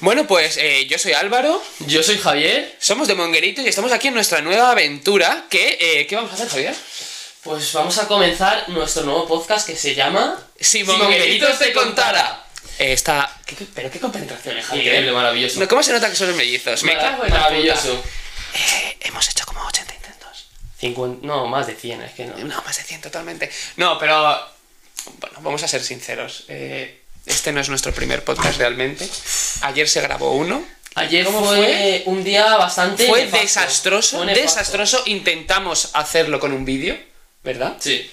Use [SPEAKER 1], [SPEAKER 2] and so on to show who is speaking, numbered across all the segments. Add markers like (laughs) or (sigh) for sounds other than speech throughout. [SPEAKER 1] Bueno, pues eh, yo soy Álvaro,
[SPEAKER 2] Yo soy Javier.
[SPEAKER 1] somos de Monguerito y estamos aquí en nuestra nueva aventura. Que, eh, ¿Qué vamos a hacer, Javier?
[SPEAKER 2] Pues vamos a comenzar nuestro nuevo podcast que se llama
[SPEAKER 1] Si Mongueritos te contara. Eh, está. ¿qué- qué- ¿Pero qué concentración, eh, Javier?
[SPEAKER 2] Increíble, maravilloso.
[SPEAKER 1] No, ¿Cómo se nota que son los mellizos? Me cago en la
[SPEAKER 2] maravilloso.
[SPEAKER 1] puta. Eh, hemos hecho como 80 intentos.
[SPEAKER 2] 50 no, más de 100, es que no.
[SPEAKER 1] No, más de 100 totalmente. No, pero. Bueno, vamos a ser sinceros. eh, este no es nuestro primer podcast realmente. Ayer se grabó uno.
[SPEAKER 2] Ayer
[SPEAKER 1] ¿Cómo
[SPEAKER 2] fue, un día bastante
[SPEAKER 1] Fue
[SPEAKER 2] nefasto.
[SPEAKER 1] desastroso.
[SPEAKER 2] Fue nefasto.
[SPEAKER 1] Desastroso. Intentamos hacerlo con un vídeo, ¿verdad?
[SPEAKER 2] Sí.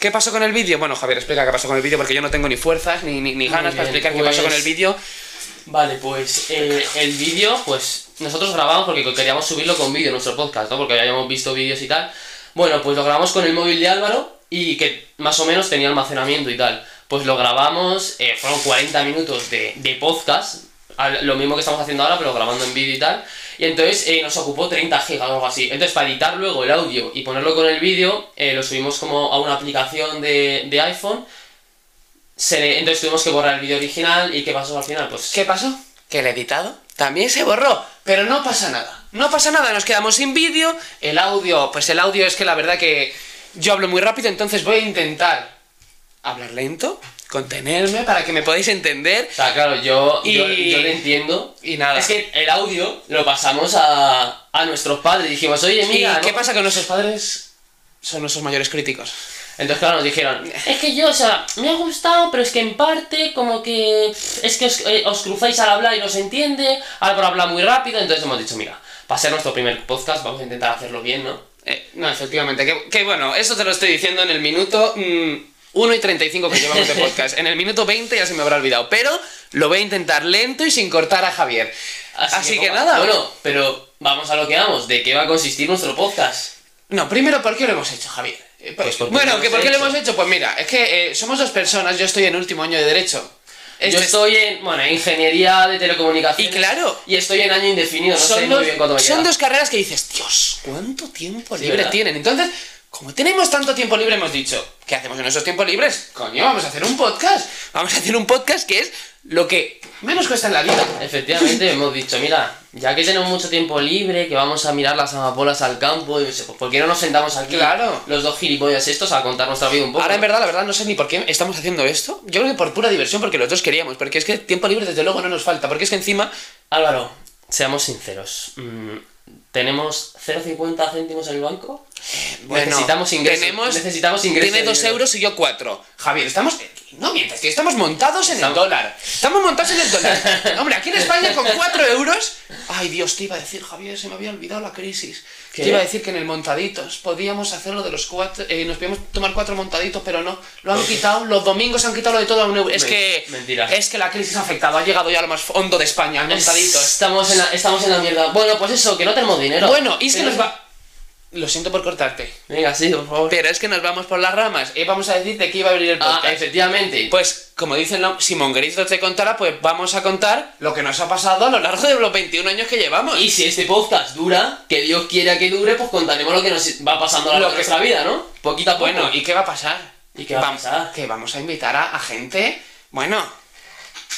[SPEAKER 1] ¿Qué pasó con el vídeo? Bueno, Javier, explica qué pasó con el vídeo porque yo no tengo ni fuerzas ni, ni, ni ganas
[SPEAKER 2] Muy
[SPEAKER 1] para
[SPEAKER 2] bien,
[SPEAKER 1] explicar qué pasó con
[SPEAKER 2] pues-
[SPEAKER 1] el vídeo.
[SPEAKER 2] Vale, pues eh, el vídeo, pues nosotros grabamos porque queríamos subirlo con vídeo en nuestro podcast, ¿no? Porque ya habíamos visto vídeos y tal. Bueno, pues lo grabamos con el móvil de Álvaro y que más o menos tenía almacenamiento y tal. Pues lo grabamos, eh, fueron 40 minutos de, de podcast, al- lo mismo que estamos haciendo ahora, pero grabando en vídeo y tal. Y entonces eh, nos ocupó 30 gigas o algo así. Entonces para editar luego el audio y ponerlo con el vídeo, eh, lo subimos como a una aplicación de, de iPhone. Se le- entonces tuvimos que borrar el vídeo original y ¿qué pasó al final? Pues
[SPEAKER 1] ¿Qué pasó? Que el editado también se borró, pero no pasa nada. No pasa nada, nos quedamos sin vídeo. El audio, pues el audio es que la verdad que yo hablo muy rápido, entonces voy a intentar hablar lento, contenerme para que me podáis entender.
[SPEAKER 2] O sea, claro, yo,
[SPEAKER 1] Y-
[SPEAKER 2] yo, yo le entiendo.
[SPEAKER 1] Y nada.
[SPEAKER 2] Es que el audio lo pasamos a, a nuestros padres. Dijimos, oye,
[SPEAKER 1] ¿Y
[SPEAKER 2] mira. ¿no?".
[SPEAKER 1] qué pasa con nuestros padres? Son nuestros mayores críticos.
[SPEAKER 2] Entonces, claro, nos dijeron, es que yo, o sea, me ha gustado, pero es que en parte, como que. pff, Es que os, eh, os cruzáis al hablar y no se entiende. Álvaro habla muy rápido. Entonces hemos dicho, mira, para ser nuestro primer podcast, vamos a intentar hacerlo bien, ¿no?
[SPEAKER 1] Eh, no, efectivamente. Que, que bueno, eso te lo estoy diciendo en el minuto mm, 1 y 35 que llevamos
[SPEAKER 2] (laughs)
[SPEAKER 1] de podcast. En el minuto 20 ya se me habrá olvidado. Pero lo voy a intentar lento y sin cortar a Javier. Así, que,
[SPEAKER 2] poca-
[SPEAKER 1] nada.
[SPEAKER 2] Bueno, pero vamos a lo que vamos. ¿De qué va a consistir nuestro podcast?
[SPEAKER 1] No, primero, ¿por qué lo hemos hecho, Javier? Eh,
[SPEAKER 2] Pues porque
[SPEAKER 1] bueno,
[SPEAKER 2] lo
[SPEAKER 1] que
[SPEAKER 2] hemos
[SPEAKER 1] ¿por qué lo
[SPEAKER 2] hecho.
[SPEAKER 1] hemos hecho? Pues mira, es que eh, somos dos personas, yo estoy en último año de Derecho. Este
[SPEAKER 2] yo
[SPEAKER 1] es-
[SPEAKER 2] estoy en, bueno, en ingeniería de telecomunicaciones.
[SPEAKER 1] Y claro.
[SPEAKER 2] Y estoy en año indefinido, no sé
[SPEAKER 1] son,
[SPEAKER 2] muy
[SPEAKER 1] dos,
[SPEAKER 2] bien cuándo me
[SPEAKER 1] son
[SPEAKER 2] queda.
[SPEAKER 1] dos carreras que dices, Dios, ¿cuánto tiempo
[SPEAKER 2] Sí,
[SPEAKER 1] libre
[SPEAKER 2] ¿verdad?
[SPEAKER 1] tienen? Entonces, como tenemos tanto tiempo libre, hemos dicho, ¿qué hacemos en nuestros tiempos libres? Coño, vamos a hacer un podcast. Vamos a hacer un podcast que es lo que menos cuesta en la vida.
[SPEAKER 2] Efectivamente, hemos dicho, mira, ya que tenemos mucho tiempo libre, que vamos a mirar las amapolas al campo, y pues, ¿por qué no nos sentamos aquí
[SPEAKER 1] Claro.
[SPEAKER 2] los dos gilipollas estos a contar nuestra vida un poco?
[SPEAKER 1] Ahora, en verdad, la verdad, no sé ni por qué estamos haciendo esto. Yo creo que por pura diversión, porque los dos queríamos. Porque es que tiempo libre, desde luego, no nos falta. Porque es que encima
[SPEAKER 2] Álvaro, seamos sinceros. mm, ¿Tenemos 0,50 céntimos en el banco?
[SPEAKER 1] Eh, Bueno,
[SPEAKER 2] necesitamos ingresos.
[SPEAKER 1] tenemos-
[SPEAKER 2] necesitamos ingresos.
[SPEAKER 1] Tiene
[SPEAKER 2] de
[SPEAKER 1] dos
[SPEAKER 2] dinero.
[SPEAKER 1] euros y yo cuatro. Javier, estamos. No mientas, que estamos montados en el dólar. Estamos montados en el
[SPEAKER 2] (laughs)
[SPEAKER 1] dólar. Hombre, aquí en España con cuatro euros. Ay, Dios, te iba a decir, Javier, se me había olvidado la crisis.
[SPEAKER 2] ¿Qué?
[SPEAKER 1] Te iba a decir que en el montaditos podíamos hacerlo de los cuatro. eh, nos podíamos tomar cuatro montaditos, pero no. Lo han quitado, los domingos han quitado lo de todo a un euro. Es
[SPEAKER 2] Men-
[SPEAKER 1] que.
[SPEAKER 2] mentira.
[SPEAKER 1] Es que la crisis ha afectado, ha llegado ya a lo más hondo de España, el montaditos.
[SPEAKER 2] Estamos en, la, estamos en la mierda. Bueno, pues eso, que no tenemos dinero.
[SPEAKER 1] Bueno, y es que
[SPEAKER 2] Pero-
[SPEAKER 1] nos va. Lo siento por cortarte.
[SPEAKER 2] Venga, sí, por favor.
[SPEAKER 1] Pero es que nos vamos por las ramas.
[SPEAKER 2] Eh,
[SPEAKER 1] Y vamos a decirte que iba a abrir el
[SPEAKER 2] Ah,
[SPEAKER 1] podcast.
[SPEAKER 2] efectivamente.
[SPEAKER 1] Pues, como dicen, lo- si Monguerito te contara, pues vamos a contar lo que nos ha pasado a lo largo de los 21 años que llevamos.
[SPEAKER 2] Y si este podcast dura, que Dios quiera que dure, pues contaremos lo que nos va pasando a lo
[SPEAKER 1] Lo
[SPEAKER 2] largo de
[SPEAKER 1] que-
[SPEAKER 2] nuestra vida, ¿no? Poquito a poco.
[SPEAKER 1] bueno, ¿y qué va a pasar?
[SPEAKER 2] ¿Y qué va a
[SPEAKER 1] Vam-
[SPEAKER 2] pasar?
[SPEAKER 1] Que vamos a invitar a, a gente, bueno,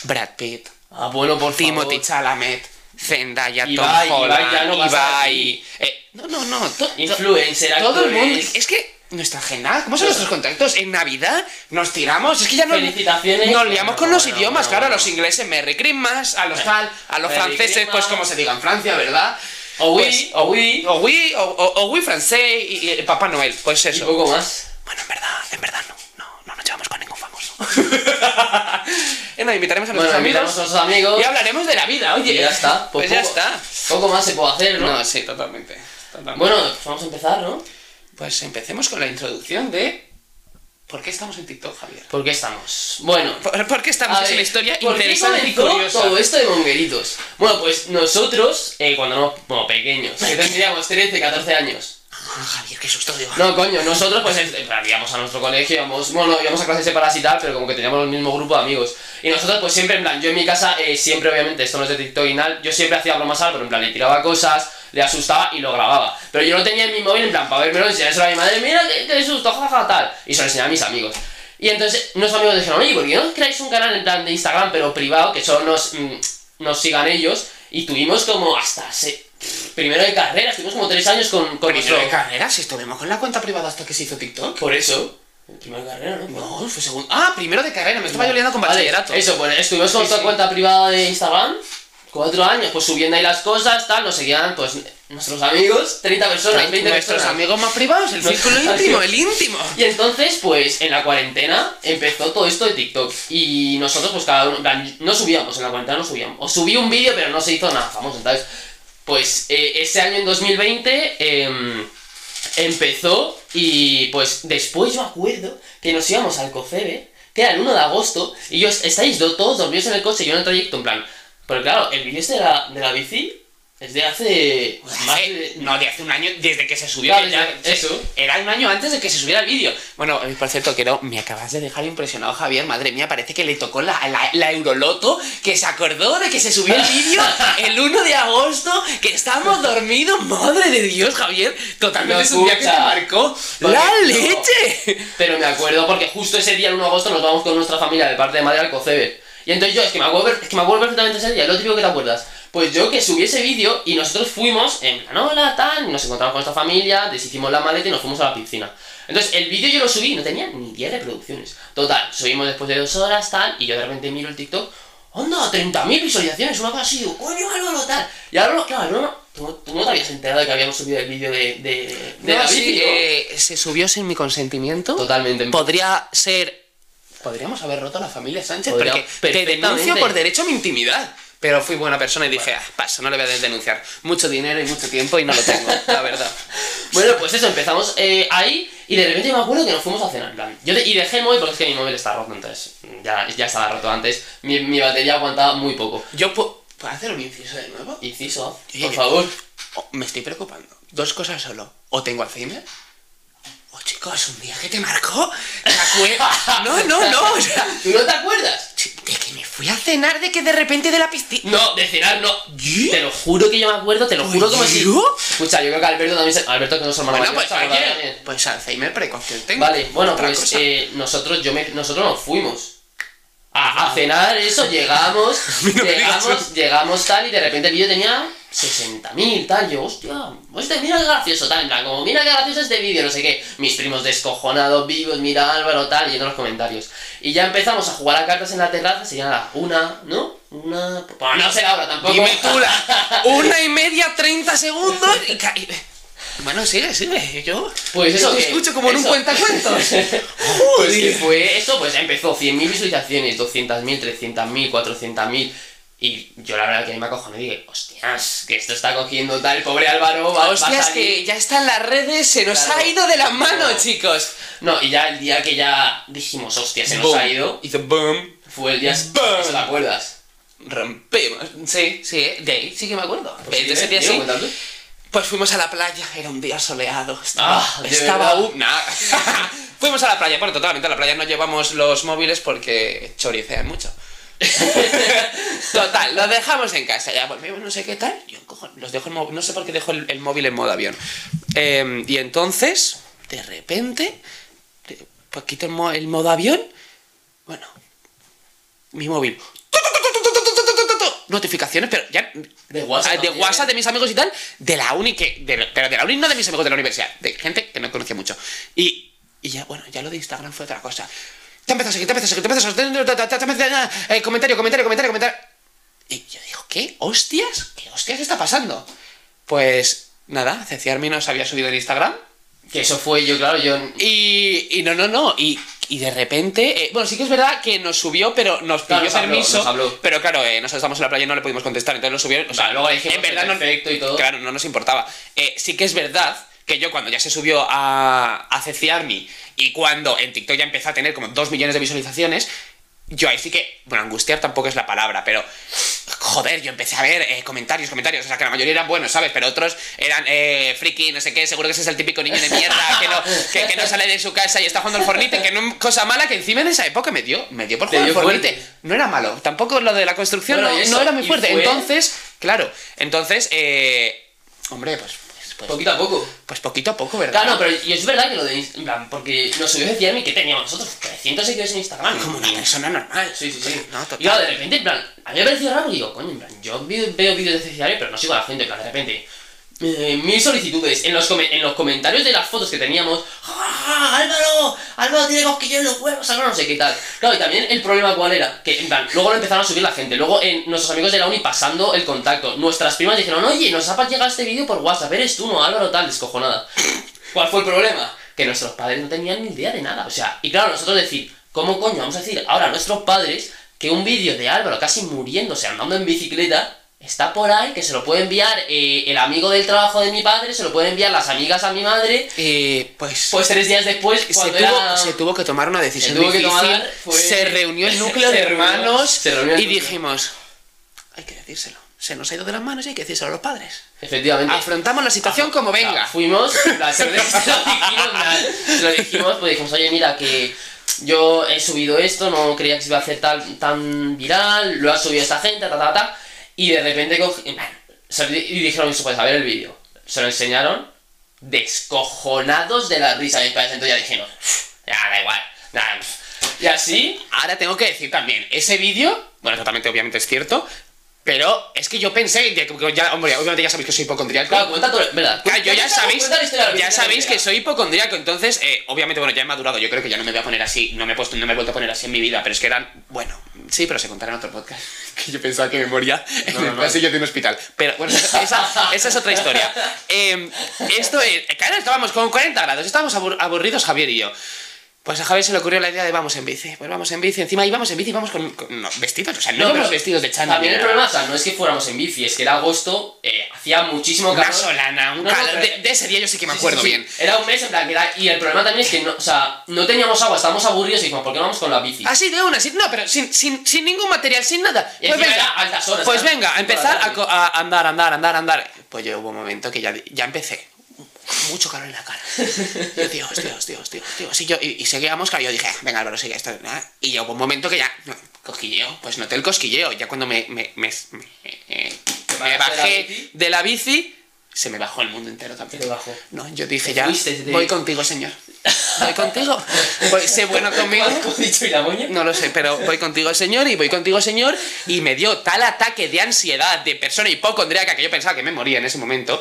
[SPEAKER 1] Brad Pitt,
[SPEAKER 2] Ah, bueno, por
[SPEAKER 1] Timothy
[SPEAKER 2] favor.
[SPEAKER 1] Chalamet, Zendaya,
[SPEAKER 2] Ibai,
[SPEAKER 1] Tom Holland,
[SPEAKER 2] Ibai ya no va a estar aquí.
[SPEAKER 1] eh, no, no, no. to- to-
[SPEAKER 2] Influencer,
[SPEAKER 1] Todo el mundo.
[SPEAKER 2] actores.
[SPEAKER 1] Es que nuestra agenda, ¿cómo son nuestros contactos? En Navidad nos tiramos, es que ya no.
[SPEAKER 2] Felicitaciones.
[SPEAKER 1] Nos liamos con
[SPEAKER 2] Bueno,
[SPEAKER 1] los
[SPEAKER 2] bueno,
[SPEAKER 1] idiomas,
[SPEAKER 2] bueno,
[SPEAKER 1] claro, a
[SPEAKER 2] bueno.
[SPEAKER 1] los ingleses Merry Christmas, a los tal, a los
[SPEAKER 2] Merry
[SPEAKER 1] franceses,
[SPEAKER 2] Christmas.
[SPEAKER 1] pues como se diga en Francia, ¿verdad?
[SPEAKER 2] O oui,
[SPEAKER 1] Pues,
[SPEAKER 2] o oui.
[SPEAKER 1] O oui, o, o- o oui francés y, y Papá Noel, pues
[SPEAKER 2] Y
[SPEAKER 1] eso.
[SPEAKER 2] poco más.
[SPEAKER 1] Bueno, en verdad, en verdad no, no, no nos llevamos con ningún (laughs) famoso. Eh, no, invitaremos a nuestros
[SPEAKER 2] Bueno,
[SPEAKER 1] amigos
[SPEAKER 2] invitamos a nuestros amigos.
[SPEAKER 1] y hablaremos de la vida, oye.
[SPEAKER 2] Y ya está.
[SPEAKER 1] Pues, ya
[SPEAKER 2] poco-
[SPEAKER 1] está.
[SPEAKER 2] Poco más se puede hacer, ¿no?
[SPEAKER 1] No, sí, totalmente. totalmente.
[SPEAKER 2] Bueno, pues vamos a empezar, ¿no?
[SPEAKER 1] Pues empecemos con la introducción de ¿Por qué estamos en TikTok, Javier?
[SPEAKER 2] ¿Por qué estamos? Bueno.
[SPEAKER 1] ¿Por, por qué Pues estamos?
[SPEAKER 2] a
[SPEAKER 1] Es
[SPEAKER 2] ver,
[SPEAKER 1] una historia
[SPEAKER 2] ¿por qué
[SPEAKER 1] interesante y
[SPEAKER 2] comenzó
[SPEAKER 1] curiosa.
[SPEAKER 2] todo esto de mongueritos? Bueno, pues nosotros, eh, cuando éramos
[SPEAKER 1] (laughs)
[SPEAKER 2] bueno, pequeños, que tendríamos 13, 14 años,
[SPEAKER 1] Javier, qué susto, Dios.
[SPEAKER 2] No, coño, nosotros pues en plan, íbamos a nuestro colegio, íbamos, bueno, íbamos a clases separadas y tal, pero como que teníamos el mismo grupo de amigos. Y nosotros pues siempre, en plan, yo en mi casa, eh, siempre obviamente, esto no es de TikTok y nada, yo siempre hacía bromas al, pero en plan, le tiraba cosas, le asustaba y lo grababa. Pero yo lo tenía en mi móvil, en plan, para vermelo, enseñárselo a mi madre, mira, que te susto, jaja, tal. Y se lo enseñaba a mis amigos. Y entonces, unos amigos dijeron, oye, ¿por qué no creáis un canal en plan de Instagram, pero privado, que solo nos... mm, nos sigan ellos. Y tuvimos como hasta se- pff, primero de carrera, estuvimos como tres años con, con
[SPEAKER 1] Primero de
[SPEAKER 2] nuestro-
[SPEAKER 1] carrera, si estuvimos con la cuenta privada hasta que se hizo TikTok.
[SPEAKER 2] Por eso. Primero de carrera, ¿no?
[SPEAKER 1] No, fue segundo. Ah, primero de carrera, me estaba yo liando con
[SPEAKER 2] Vale,
[SPEAKER 1] bachillerato.
[SPEAKER 2] Eso, pues estuvimos con
[SPEAKER 1] Sí,
[SPEAKER 2] nuestra
[SPEAKER 1] sí.
[SPEAKER 2] cuenta privada de Instagram, cuatro años, pues subiendo ahí las cosas, tal, nos seguían, pues, nuestros amigos, 30 personas, 20
[SPEAKER 1] Nuestros
[SPEAKER 2] personas.
[SPEAKER 1] amigos más privados, el
[SPEAKER 2] Nuestros
[SPEAKER 1] círculo íntimo, (laughs)
[SPEAKER 2] amigos.
[SPEAKER 1] el íntimo.
[SPEAKER 2] Y entonces, pues, en la cuarentena empezó todo esto de TikTok. Y nosotros, pues, cada uno, en plan, no subíamos, en la cuarentena no subíamos. O subí un vídeo, pero no se hizo nada famoso, ¿sabes? Pues, eh, ese año, en 2020, em, empezó y, pues, después yo acuerdo que nos íbamos al COCEBE, que era el 1 de agosto, y yo, estáis do- todos dormidos en el coche, yo en el trayecto, en plan... Pero claro, el vídeo este de la, de la bici es de hace...
[SPEAKER 1] Pues
[SPEAKER 2] más de-
[SPEAKER 1] No, de hace un año, desde que se subió.
[SPEAKER 2] Claro,
[SPEAKER 1] ya-
[SPEAKER 2] desde- eso.
[SPEAKER 1] Era un año antes de que se subiera el vídeo. Bueno, eh, por cierto, quiero, me acabas de dejar impresionado, Javier. Madre mía, parece que le tocó la, la, la Euroloto, que se acordó de que se subió el
[SPEAKER 2] (laughs)
[SPEAKER 1] vídeo el 1 de agosto, que estábamos dormidos. Madre de Dios, Javier. Totalmente
[SPEAKER 2] No,
[SPEAKER 1] es un día que te
[SPEAKER 2] escucha.
[SPEAKER 1] marcó.
[SPEAKER 2] Porque-
[SPEAKER 1] ¡La
[SPEAKER 2] no.
[SPEAKER 1] leche!
[SPEAKER 2] Pero me acuerdo porque justo ese día, el 1 de agosto, nos vamos con nuestra familia de parte de madre al Cocebe. Y entonces yo, es que me acuerdo, per- es que me acuerdo perfectamente ese día, es lo típico que te acuerdas. Pues yo que subí ese vídeo y nosotros fuimos en plan, hola, tal, y nos encontramos con nuestra familia, deshicimos la maleta y nos fuimos a la piscina. Entonces el vídeo yo lo subí, no tenía ni 10 reproducciones. Total, subimos después de dos horas, tal, y yo de repente miro el TikTok, ¡onda! 30.000 visualizaciones, una cosa así, digo, coño, Álvaro, tal. Y ahora, claro, Álvaro, tú, tú no te habías enterado de que habíamos subido el vídeo de, de, de
[SPEAKER 1] No,
[SPEAKER 2] la
[SPEAKER 1] sí,
[SPEAKER 2] bici, ¿no?
[SPEAKER 1] eh, se subió sin mi consentimiento.
[SPEAKER 2] Totalmente.
[SPEAKER 1] Podría ser. Podríamos haber roto a la familia Sánchez
[SPEAKER 2] Podría-
[SPEAKER 1] porque te
[SPEAKER 2] perfectamente.
[SPEAKER 1] denuncio por derecho a mi intimidad. Pero fui buena persona y dije, ah, paso, no le voy a denunciar. Mucho dinero y mucho tiempo y no lo
[SPEAKER 2] (laughs)
[SPEAKER 1] tengo, la verdad.
[SPEAKER 2] Bueno, pues eso, empezamos eh, ahí y de repente me acuerdo que nos fuimos a cenar. en plan, Yo de- y dejé el móvil porque es que mi móvil está roto, entonces ya, ya estaba roto antes. Mi, mi batería aguantaba muy poco.
[SPEAKER 1] Yo puedo. ¿Puedo hacer un inciso de nuevo?
[SPEAKER 2] Inciso,
[SPEAKER 1] Oye,
[SPEAKER 2] por
[SPEAKER 1] que-
[SPEAKER 2] favor.
[SPEAKER 1] Oh, me estoy preocupando. Dos cosas solo. O tengo Alzheimer. O chicos, un día que te marcó. ¿Te
[SPEAKER 2] (laughs)
[SPEAKER 1] acuer- (laughs) No, no, no. O sea,
[SPEAKER 2] ¿Tú no te acuerdas?
[SPEAKER 1] de que me fui a cenar, de que de repente de la piscina.
[SPEAKER 2] No, de cenar no.
[SPEAKER 1] ¿Yo?
[SPEAKER 2] Te lo juro que yo me acuerdo, te lo juro como si.
[SPEAKER 1] ¿Yo?
[SPEAKER 2] Escucha, yo creo que Alberto también se. Alberto, que no es hermano
[SPEAKER 1] Bueno, pues
[SPEAKER 2] mayor, se acordará
[SPEAKER 1] oye,
[SPEAKER 2] también.
[SPEAKER 1] pues Alzheimer precoz que tengo.
[SPEAKER 2] Vale, bueno,
[SPEAKER 1] Otra
[SPEAKER 2] pues
[SPEAKER 1] cosa.
[SPEAKER 2] eh, nosotros, yo me, nosotros nos fuimos. A, a
[SPEAKER 1] (laughs)
[SPEAKER 2] cenar, eso, llegamos,
[SPEAKER 1] no me digas (laughs)
[SPEAKER 2] llegamos, llegamos tal, y de repente el vídeo tenía 60.000, tal, yo, hostia, hostia, mira qué gracioso, tal, en plan, como, mira qué gracioso este vídeo, no sé qué, mis primos descojonados, vivos, mira Álvaro, tal, yendo a los comentarios. Y ya empezamos a jugar a cartas en la terraza, serían las una, ¿no? Una, pues no sé la hora tampoco.
[SPEAKER 1] Dime tú la una y media, 30 segundos y ca- y- Bueno, sigue, sigue. Yo,
[SPEAKER 2] (laughs) Pues
[SPEAKER 1] yo
[SPEAKER 2] eso
[SPEAKER 1] te
[SPEAKER 2] que-
[SPEAKER 1] escucho como en un
[SPEAKER 2] eso. (laughs)
[SPEAKER 1] cuentacuentos.
[SPEAKER 2] Pues que
[SPEAKER 1] Joder.
[SPEAKER 2] fue eso, pues empezó 100.000 visualizaciones, 200.000, 300.000, 400.000. Y yo la verdad que me acojoné y dije, hostias, que esto está cogiendo tal, pobre Álvaro, va, va a
[SPEAKER 1] Hostias,
[SPEAKER 2] salir".
[SPEAKER 1] que ya están las redes, se nos
[SPEAKER 2] Claro.
[SPEAKER 1] ha ido de las manos,
[SPEAKER 2] No.
[SPEAKER 1] chicos.
[SPEAKER 2] No, y ya el día que ya dijimos, hostia, se nos
[SPEAKER 1] Boom.
[SPEAKER 2] ha ido,
[SPEAKER 1] Hizo boom.
[SPEAKER 2] fue el día...
[SPEAKER 1] Boom.
[SPEAKER 2] ¿Eso te acuerdas?
[SPEAKER 1] Rompemos. Sí, sí, eh, de ahí sí que me acuerdo.
[SPEAKER 2] Pues
[SPEAKER 1] de
[SPEAKER 2] sí,
[SPEAKER 1] ese
[SPEAKER 2] ¿eh?
[SPEAKER 1] día
[SPEAKER 2] Digo,
[SPEAKER 1] sí.
[SPEAKER 2] cuéntalo.
[SPEAKER 1] Pues fuimos a la playa, era un día soleado. Estaba,
[SPEAKER 2] Ah, de
[SPEAKER 1] estaba
[SPEAKER 2] verdad.
[SPEAKER 1] un- nah. (laughs) fuimos a la playa, bueno, totalmente a la playa no llevamos los móviles porque choricean mucho. (laughs) Total, los dejamos en casa, ya volvemos, no sé qué tal. Yo cojo- los dejo el mó- no sé por qué dejo el, el móvil en modo avión. Eh, y entonces, de repente, eh, pues quito el, mo- el modo avión. Bueno, mi móvil. Notificaciones, pero ya
[SPEAKER 2] De WhatsApp
[SPEAKER 1] Ah, de
[SPEAKER 2] también. ¿eh?
[SPEAKER 1] WhatsApp de mis amigos y tal, de la uni que. de la- pero de la uni no de mis amigos de la universidad, de gente que no conocía mucho. Y, y ya, bueno, ya lo de Instagram fue otra cosa. Te empezó a seguir, te empezó a seguir, te empezó a seguir, te empezó a seguir, te empezó a seguir, eh, comentario, comentario, comentario, comentario. Y yo digo, ¿qué hostias? ¿Qué hostias está pasando? Pues nada, Ceciarmi nos había subido en Instagram.
[SPEAKER 2] Que eso fue yo, claro, yo...
[SPEAKER 1] Y, y no, no, no. Y, y de repente. eh, bueno, sí que es verdad que nos subió, pero nos pidió
[SPEAKER 2] Claro, nos habló,
[SPEAKER 1] permiso.
[SPEAKER 2] nos habló.
[SPEAKER 1] Pero claro, eh, nosotros estamos en la playa y no le pudimos contestar, entonces lo subieron. O sea,
[SPEAKER 2] Vale, luego le dijimos
[SPEAKER 1] en verdad
[SPEAKER 2] que
[SPEAKER 1] no,
[SPEAKER 2] perfecto y todo.
[SPEAKER 1] Claro, no nos importaba. Eh, sí que es verdad que yo cuando ya se subió a, a CC Army y cuando en TikTok ya empezó a tener como 2 millones de visualizaciones. Yo ahí sí que, bueno, angustiar tampoco es la palabra, pero joder, yo empecé a ver eh, comentarios, comentarios, o sea que la mayoría eran buenos, ¿sabes? Pero otros eran eh, friki, no sé qué, seguro que ese es el típico niño de mierda que no, que, que no sale de su casa y está jugando al Fornite, que no es cosa mala que encima en esa época me dio, me dio por
[SPEAKER 2] Te
[SPEAKER 1] jugar al
[SPEAKER 2] dio
[SPEAKER 1] Fornite.
[SPEAKER 2] fuerte.
[SPEAKER 1] No era malo, tampoco lo de la construcción
[SPEAKER 2] Bueno,
[SPEAKER 1] no,
[SPEAKER 2] y eso,
[SPEAKER 1] no era muy
[SPEAKER 2] y
[SPEAKER 1] fuerte.
[SPEAKER 2] fue-
[SPEAKER 1] Entonces, claro, entonces, eh, hombre, pues, pues, pues,
[SPEAKER 2] Poquito a poco.
[SPEAKER 1] pues poquito a poco, ¿verdad?
[SPEAKER 2] Claro, no, pero y es verdad que lo de Inst- en plan, porque nos subió de Ciami que teníamos nosotros 300 seguidores en Instagram.
[SPEAKER 1] Como una persona normal.
[SPEAKER 2] Sí, sí, sí.
[SPEAKER 1] No,
[SPEAKER 2] y claro, de
[SPEAKER 1] total.
[SPEAKER 2] repente, en plan, a mí me pareció raro porque digo, coño, en plan, yo vi- veo vídeos de CCR, pero no sigo a la gente, en plan, de repente. eh, mil solicitudes en los, come- en los comentarios de las fotos que teníamos. ¡Ah, Álvaro! Álvaro tiene cosquillas en los huevos, Álvaro no sé qué tal. Claro, y también el problema cuál era, que en plan, luego lo empezaron a subir la gente, luego en, nuestros amigos de la uni pasando el contacto. Nuestras primas dijeron, oye, nos ha llegado este vídeo por WhatsApp, eres tú, no, Álvaro tal, descojonada. ¿Cuál fue el problema? Que nuestros padres no tenían ni idea de nada. O sea, y claro, nosotros decir, ¿cómo coño vamos a decir ahora a nuestros padres que un vídeo de Álvaro casi muriéndose andando en bicicleta está por ahí, que se lo puede enviar eh, el amigo del trabajo de mi padre, se lo puede enviar las amigas a mi madre,
[SPEAKER 1] Eh, pues
[SPEAKER 2] pues tres días después,
[SPEAKER 1] se,
[SPEAKER 2] cuando
[SPEAKER 1] tuvo,
[SPEAKER 2] era...
[SPEAKER 1] se tuvo que tomar una decisión
[SPEAKER 2] Se tuvo que
[SPEAKER 1] difícil.
[SPEAKER 2] tomar,
[SPEAKER 1] (laughs)
[SPEAKER 2] fue-
[SPEAKER 1] Se reunió el núcleo de
[SPEAKER 2] Se reunió-
[SPEAKER 1] hermanos
[SPEAKER 2] se reunió el
[SPEAKER 1] y
[SPEAKER 2] núcleo.
[SPEAKER 1] dijimos, hay que decírselo. Se nos ha ido de las manos y hay que decírselo a los padres.
[SPEAKER 2] Efectivamente.
[SPEAKER 1] Afrontamos la situación como venga.
[SPEAKER 2] Ah, fuimos,
[SPEAKER 1] (laughs)
[SPEAKER 2] la- se lo dij- se lo dijimos, la- se lo dijimos, pues dijimos, oye, mira, que yo he subido esto, no creía que se iba a hacer tan, tan viral, lo ha subido esta gente, ta, ta, ta, y de repente cogí- en plan, se lo di- y dijeron, mis padres, a ver el vídeo, se lo enseñaron, descojonados de la risa, mis padres, entonces ya dijeron, ya, da igual, nada, pf". y así,
[SPEAKER 1] Ahora tengo que decir también, ese vídeo, bueno, totalmente obviamente es cierto, pero es que yo pensé, ya, que- ya, hombre, obviamente ya sabéis que soy hipocondriaco.
[SPEAKER 2] claro, cuenta todo, ¿verdad?
[SPEAKER 1] Claro, yo ya
[SPEAKER 2] Cuenta-
[SPEAKER 1] sabéis,
[SPEAKER 2] cuenta la historia de la
[SPEAKER 1] ya
[SPEAKER 2] risa
[SPEAKER 1] sabéis que
[SPEAKER 2] entera.
[SPEAKER 1] soy hipocondriaco, entonces, eh, obviamente, bueno, ya he madurado, yo creo que ya no me voy a poner así, no me he puesto, no me he vuelto a poner así en mi vida, pero es que eran, bueno, sí, pero se contará en otro podcast, (laughs) que yo pensaba que me moría en
[SPEAKER 2] No,
[SPEAKER 1] el
[SPEAKER 2] no, no.
[SPEAKER 1] pasillo de un hospital, pero bueno, esa, esa- esa es otra
[SPEAKER 2] (laughs)
[SPEAKER 1] historia. Eh, esto es, eh, claro, estábamos con 40 grados, estábamos abur- aburridos Javier y yo. Pues a Javier se le ocurrió la idea de vamos en bici, pues vamos en bici, encima íbamos en bici, vamos con, con- no, vestidos, o sea, no,
[SPEAKER 2] No,
[SPEAKER 1] íbamos
[SPEAKER 2] pero
[SPEAKER 1] vestidos de chándal.
[SPEAKER 2] También
[SPEAKER 1] ni
[SPEAKER 2] el
[SPEAKER 1] nada.
[SPEAKER 2] problema, o sea, no es que fuéramos en bici, es que era agosto, eh, hacía muchísimo calor.
[SPEAKER 1] Una solana, un
[SPEAKER 2] No, no,
[SPEAKER 1] calor,
[SPEAKER 2] pero-
[SPEAKER 1] de, de ese día yo sí que me
[SPEAKER 2] Sí,
[SPEAKER 1] acuerdo
[SPEAKER 2] sí, sí.
[SPEAKER 1] bien.
[SPEAKER 2] Era un mes en plan que era- Y el problema también es que no, o sea, no teníamos agua, estábamos aburridos y dijimos, ¿por qué no vamos con la bici?
[SPEAKER 1] Así de una, sin, no, pero sin, sin, sin ningún material, sin nada.
[SPEAKER 2] Y
[SPEAKER 1] Pues venga,
[SPEAKER 2] encima era altas horas,
[SPEAKER 1] pues
[SPEAKER 2] ¿sabes?
[SPEAKER 1] venga, a
[SPEAKER 2] Por
[SPEAKER 1] empezar
[SPEAKER 2] la
[SPEAKER 1] a,
[SPEAKER 2] tarde.
[SPEAKER 1] co- a andar, andar, andar, andar. Pues yo hubo un momento que ya, ya empecé. Mucho calor en la cara. Yo, Dios, Dios, Dios, Dios, Dios. Y, yo, y, y seguíamos, claro, yo dije, "Ah, venga, Álvaro, sigue esto. ¿no? Y ya hubo un momento que ya, no, cosquilleo, pues noté el cosquilleo. Ya cuando me, me, me, me- eh, me
[SPEAKER 2] bajaste de la
[SPEAKER 1] bajé
[SPEAKER 2] bici?
[SPEAKER 1] de la bici, se me bajó el mundo entero también.
[SPEAKER 2] Te bajó.
[SPEAKER 1] No, yo dije
[SPEAKER 2] Te
[SPEAKER 1] ya,
[SPEAKER 2] fuiste de-
[SPEAKER 1] voy contigo, señor. Voy
[SPEAKER 2] (laughs)
[SPEAKER 1] contigo. Voy, sé bueno conmigo.
[SPEAKER 2] ¿Cómo has dicho y la moña?
[SPEAKER 1] No lo sé, pero voy contigo, señor, y voy contigo, señor, y me dio tal ataque de ansiedad de persona hipocondríaca que yo pensaba que me moría en ese momento,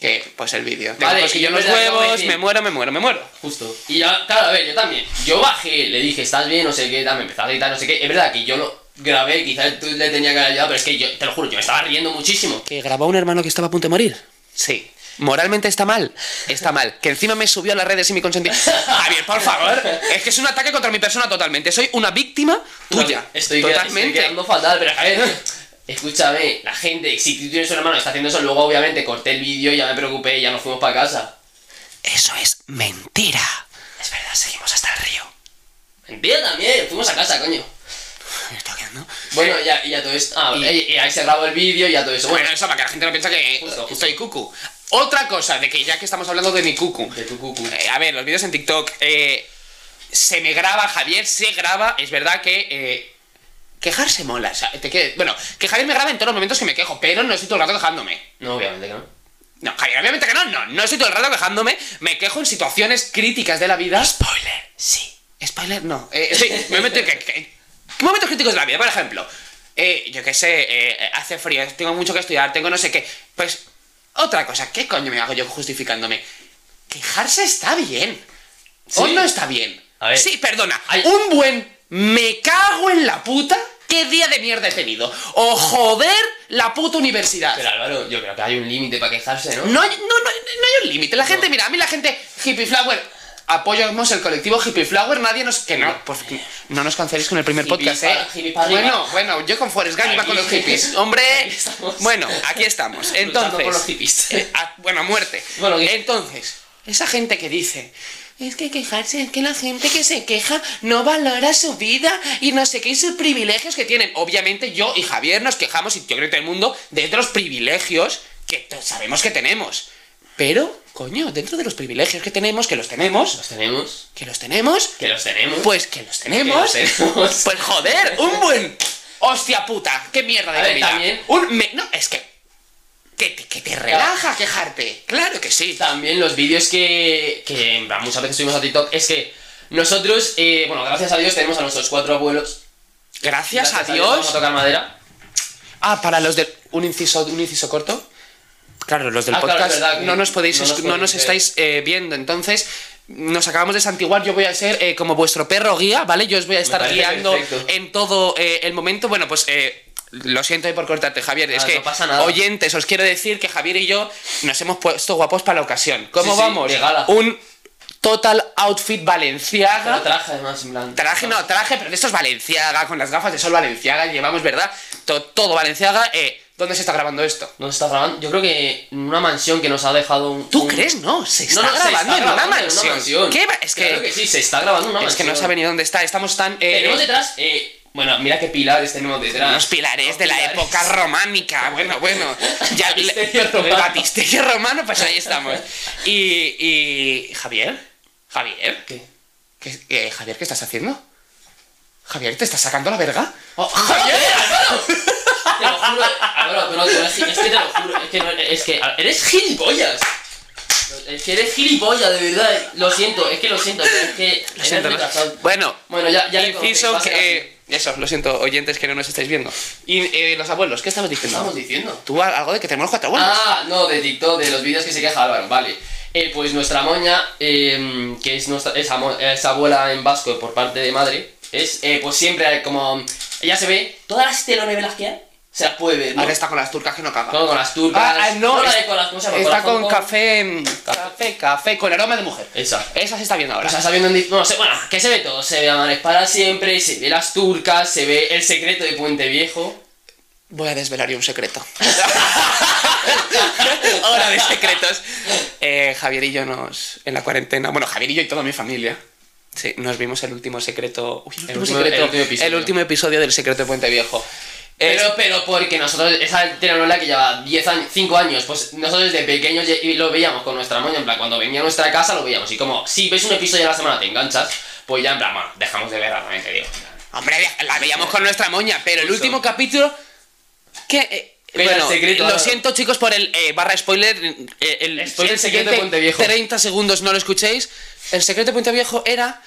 [SPEAKER 1] que pues el vídeo. Tengo
[SPEAKER 2] Vale,
[SPEAKER 1] cosquillo en los
[SPEAKER 2] y yo pensaba que iba a
[SPEAKER 1] huevos,
[SPEAKER 2] decir-
[SPEAKER 1] me muero, me muero, me muero.
[SPEAKER 2] Justo. Y ya, claro, a ver, yo también. Yo bajé, le dije, ¿estás bien? No sé qué, tal, me empezó a gritar, no sé qué. Es verdad que yo lo grabé, quizás tú le tenía que haber ayudado, pero es que yo, te lo juro, yo me estaba riendo muchísimo.
[SPEAKER 1] ¿Que grabó un hermano que estaba a punto de morir? Sí. Moralmente está mal, está mal. Que encima me subió a las redes sin mi consentimiento. Javier, por favor. Es que es un ataque contra mi persona totalmente. Soy una víctima tuya.
[SPEAKER 2] Estoy, queda- estoy
[SPEAKER 1] totalmente.
[SPEAKER 2] quedando fatal, pero a ver, escúchame, la gente, si tú tienes un hermano que está haciendo eso, luego obviamente corté el vídeo, ya me preocupé, ya nos fuimos para casa.
[SPEAKER 1] Eso es mentira. Es verdad, seguimos hasta el río.
[SPEAKER 2] Mentira también, fuimos a casa, coño.
[SPEAKER 1] Me está quedando.
[SPEAKER 2] Bueno, ya, ya todo esto. Ah, y, y ahí se grabó el vídeo y ya todo eso. Bueno,
[SPEAKER 1] Bueno, eso para que la gente no piensa que
[SPEAKER 2] Justo, justo.
[SPEAKER 1] estoy cucu. Otra cosa, de que ya que estamos hablando de mi cucu.
[SPEAKER 2] de tu cucu.
[SPEAKER 1] Eh, a ver, los vídeos en TikTok. eh, se me graba, Javier se graba. Es verdad que. eh, quejarse mola. o sea, te que- bueno, que Javier me graba en todos los momentos que me quejo, pero no estoy todo el rato quejándome.
[SPEAKER 2] No, obviamente que no.
[SPEAKER 1] No, Javier, obviamente que no, no. No estoy todo el rato quejándome. Me quejo en situaciones críticas de la vida. Spoiler, sí. Spoiler, no. Eh, sí, me meto en que- que- momentos críticos de la vida, por ejemplo. eh, yo qué sé, eh, hace frío, tengo mucho que estudiar, tengo no sé qué. Pues, otra cosa, ¿qué coño me hago yo justificándome? Quejarse está bien. O
[SPEAKER 2] Sí.
[SPEAKER 1] no está bien.
[SPEAKER 2] A ver.
[SPEAKER 1] Sí, perdona.
[SPEAKER 2] Ay.
[SPEAKER 1] Un buen me cago en la puta. ¿Qué día de mierda he tenido? O joder la puta universidad.
[SPEAKER 2] Pero Álvaro, yo creo que hay un límite para quejarse, ¿no?
[SPEAKER 1] No hay, no, no, no hay un límite. La gente, mira, a mí la gente Hippie Flower. Apoyamos el colectivo Hippie Flower, nadie nos. Que no, pues que no nos canceléis con el primer
[SPEAKER 2] Hippie
[SPEAKER 1] podcast,
[SPEAKER 2] pa-
[SPEAKER 1] eh.
[SPEAKER 2] hippie pa' arriba.
[SPEAKER 1] bueno, bueno, yo con Forrest Gump iba
[SPEAKER 2] Aquí-
[SPEAKER 1] con los hippies. Hombre,
[SPEAKER 2] aquí estamos.
[SPEAKER 1] bueno, aquí estamos.
[SPEAKER 2] Luchando
[SPEAKER 1] Entonces,
[SPEAKER 2] por los hippies.
[SPEAKER 1] eh, a- bueno, a muerte.
[SPEAKER 2] Bueno, ¿qué?
[SPEAKER 1] Entonces, esa gente que dice. Es que quejarse, es que la gente que se queja no valora su vida y no sé qué y sus privilegios que tienen. Obviamente yo y Javier nos quejamos y yo creo que todo el mundo de los privilegios que to- sabemos que tenemos. Pero, coño, dentro de los privilegios que tenemos, que los tenemos,
[SPEAKER 2] Los tenemos.
[SPEAKER 1] que los tenemos,
[SPEAKER 2] Que los tenemos.
[SPEAKER 1] pues que los tenemos.
[SPEAKER 2] Que los tenemos.
[SPEAKER 1] Pues joder, un buen. Hostia puta, qué mierda de
[SPEAKER 2] A ver,
[SPEAKER 1] comida.
[SPEAKER 2] también-
[SPEAKER 1] Un me- No, es que. Que te, que te relaja quejarte. Claro que sí.
[SPEAKER 2] (laughs) También los vídeos que, que, en plan, muchas veces subimos a TikTok es que nosotros, eh, bueno, gracias a Dios tenemos a nuestros cuatro abuelos.
[SPEAKER 1] Gracias, a
[SPEAKER 2] Vamos a
[SPEAKER 1] Dios.
[SPEAKER 2] tocar madera.
[SPEAKER 1] Ah, para los del. Un inciso, un inciso corto. Claro, los del
[SPEAKER 2] Ah, claro,
[SPEAKER 1] podcast
[SPEAKER 2] es verdad que
[SPEAKER 1] no nos podéis,
[SPEAKER 2] no
[SPEAKER 1] esc-
[SPEAKER 2] nos
[SPEAKER 1] no nos
[SPEAKER 2] podéis ver.
[SPEAKER 1] estáis eh, viendo, entonces nos acabamos de santiguar. Yo voy a ser eh, como vuestro perro guía, ¿vale? Yo os voy a estar
[SPEAKER 2] parece
[SPEAKER 1] guiando
[SPEAKER 2] perfecto.
[SPEAKER 1] en todo eh, el momento. Bueno, pues eh, lo siento ahí por cortarte, Javier. es
[SPEAKER 2] Ah,
[SPEAKER 1] que
[SPEAKER 2] no pasa nada.
[SPEAKER 1] oyentes, os quiero decir que Javier y yo nos hemos puesto guapos para la ocasión. ¿Cómo
[SPEAKER 2] Sí, sí,
[SPEAKER 1] vamos?
[SPEAKER 2] de gala.
[SPEAKER 1] Un total outfit valenciaga.
[SPEAKER 2] Pero traje además, en plan.
[SPEAKER 1] Traje, no, traje, pero de estos Valenciaga, con las gafas de sol Valenciaga, llevamos, ¿verdad? To- todo Valenciaga. Eh, ¿Dónde se está grabando esto?
[SPEAKER 2] Nos está grabando. Yo creo que en una mansión que nos ha dejado un.
[SPEAKER 1] ¿Tú
[SPEAKER 2] un-
[SPEAKER 1] crees? No, se está
[SPEAKER 2] No, no, se
[SPEAKER 1] grabando
[SPEAKER 2] está
[SPEAKER 1] en una
[SPEAKER 2] grabando
[SPEAKER 1] mansión. ¿Qué va- Es que,
[SPEAKER 2] Claro que sí, se está grabando en una
[SPEAKER 1] es que
[SPEAKER 2] mansión.
[SPEAKER 1] no sabe ni dónde está, estamos tan. eh,
[SPEAKER 2] Tenemos
[SPEAKER 1] eh,
[SPEAKER 2] detrás. eh, bueno, mira qué pilares tenemos detrás.
[SPEAKER 1] unos pilares
[SPEAKER 2] Unos
[SPEAKER 1] de la
[SPEAKER 2] pilares.
[SPEAKER 1] época románica, bueno, bueno, ya le-
[SPEAKER 2] Batisterio
[SPEAKER 1] el
[SPEAKER 2] romano.
[SPEAKER 1] batisterio romano, pues ahí estamos. Y, y Javier, Javier,
[SPEAKER 2] ¿Qué?
[SPEAKER 1] ¿qué, eh, Javier, ¿qué estás haciendo? Javier, ¿te estás sacando la verga?
[SPEAKER 2] ¡Oh, ¡Javier! (laughs) Te lo juro, Álvaro, tú no, tú no- es que te lo juro, es que, no- es que eres gilipollas. Es que eres gilipollas, de verdad. Lo siento, es que lo siento, pero es que.
[SPEAKER 1] Lo siento, ¿no?
[SPEAKER 2] eres retrasado.
[SPEAKER 1] Bueno,
[SPEAKER 2] Bueno, ya, ya le
[SPEAKER 1] Inciso
[SPEAKER 2] conoces, va a ser
[SPEAKER 1] que.
[SPEAKER 2] así.
[SPEAKER 1] eso, lo siento, oyentes que no nos estáis viendo. Y eh, los abuelos, ¿qué estamos
[SPEAKER 2] ¿Qué
[SPEAKER 1] diciendo?
[SPEAKER 2] estamos diciendo?
[SPEAKER 1] Tú a- algo de que tenemos cuatro abuelos.
[SPEAKER 2] Ah, no, de TikTok, de los vídeos que se queja Álvaro, vale. Eh, pues nuestra moña, eh, que es nuestra esa, mo- esa abuela en vasco por parte de madre, es eh, pues siempre eh, como. Ella se ve todas las telenovelas que hay, se las puede ver. ¿no?
[SPEAKER 1] Ahora está con las turcas que no caga.
[SPEAKER 2] Con, con las turcas.
[SPEAKER 1] Ah, ah, no,
[SPEAKER 2] la de
[SPEAKER 1] es-
[SPEAKER 2] con las, ¿cómo se llama?
[SPEAKER 1] está
[SPEAKER 2] Corazón
[SPEAKER 1] con café. mm, Café, café, con aroma de mujer.
[SPEAKER 2] Esa.
[SPEAKER 1] Esa se está viendo
[SPEAKER 2] O
[SPEAKER 1] ahora.
[SPEAKER 2] sea, sabiendo en di- no sé, bueno, que se ve todo, se ve Amares para siempre, se ve las turcas, se ve el secreto de Puente Viejo.
[SPEAKER 1] Voy a desvelar yo un (laughs) secreto. Hora de secretos. Eh, Javier y yo nos. En la cuarentena. Bueno, Javier y yo y toda mi familia. Sí, nos vimos el último secreto. Uy, el,
[SPEAKER 2] el
[SPEAKER 1] último
[SPEAKER 2] último-
[SPEAKER 1] secreto-
[SPEAKER 2] el último episodio.
[SPEAKER 1] el último episodio del secreto de Puente Viejo. Eh,
[SPEAKER 2] Pero, pero porque nosotros, esa telenovela que lleva 10 años, 5 años, pues nosotros desde pequeños ye- y lo veíamos con nuestra moña, en plan, cuando venía a nuestra casa lo veíamos. Y como, si ves un episodio a la semana te enganchas, pues ya en plan, bueno, dejamos de verla también, te digo.
[SPEAKER 1] Hombre, la veíamos con nuestra moña, pero el
[SPEAKER 2] Justo.
[SPEAKER 1] último capítulo. Que. eh,
[SPEAKER 2] Pero
[SPEAKER 1] bueno,
[SPEAKER 2] el secreto,
[SPEAKER 1] lo
[SPEAKER 2] claro.
[SPEAKER 1] siento chicos por el eh, barra spoiler. eh, el
[SPEAKER 2] Spoiler secreto de
[SPEAKER 1] siguiente
[SPEAKER 2] Puente Viejo.
[SPEAKER 1] 30 segundos no lo escuchéis. El secreto de Puente Viejo era.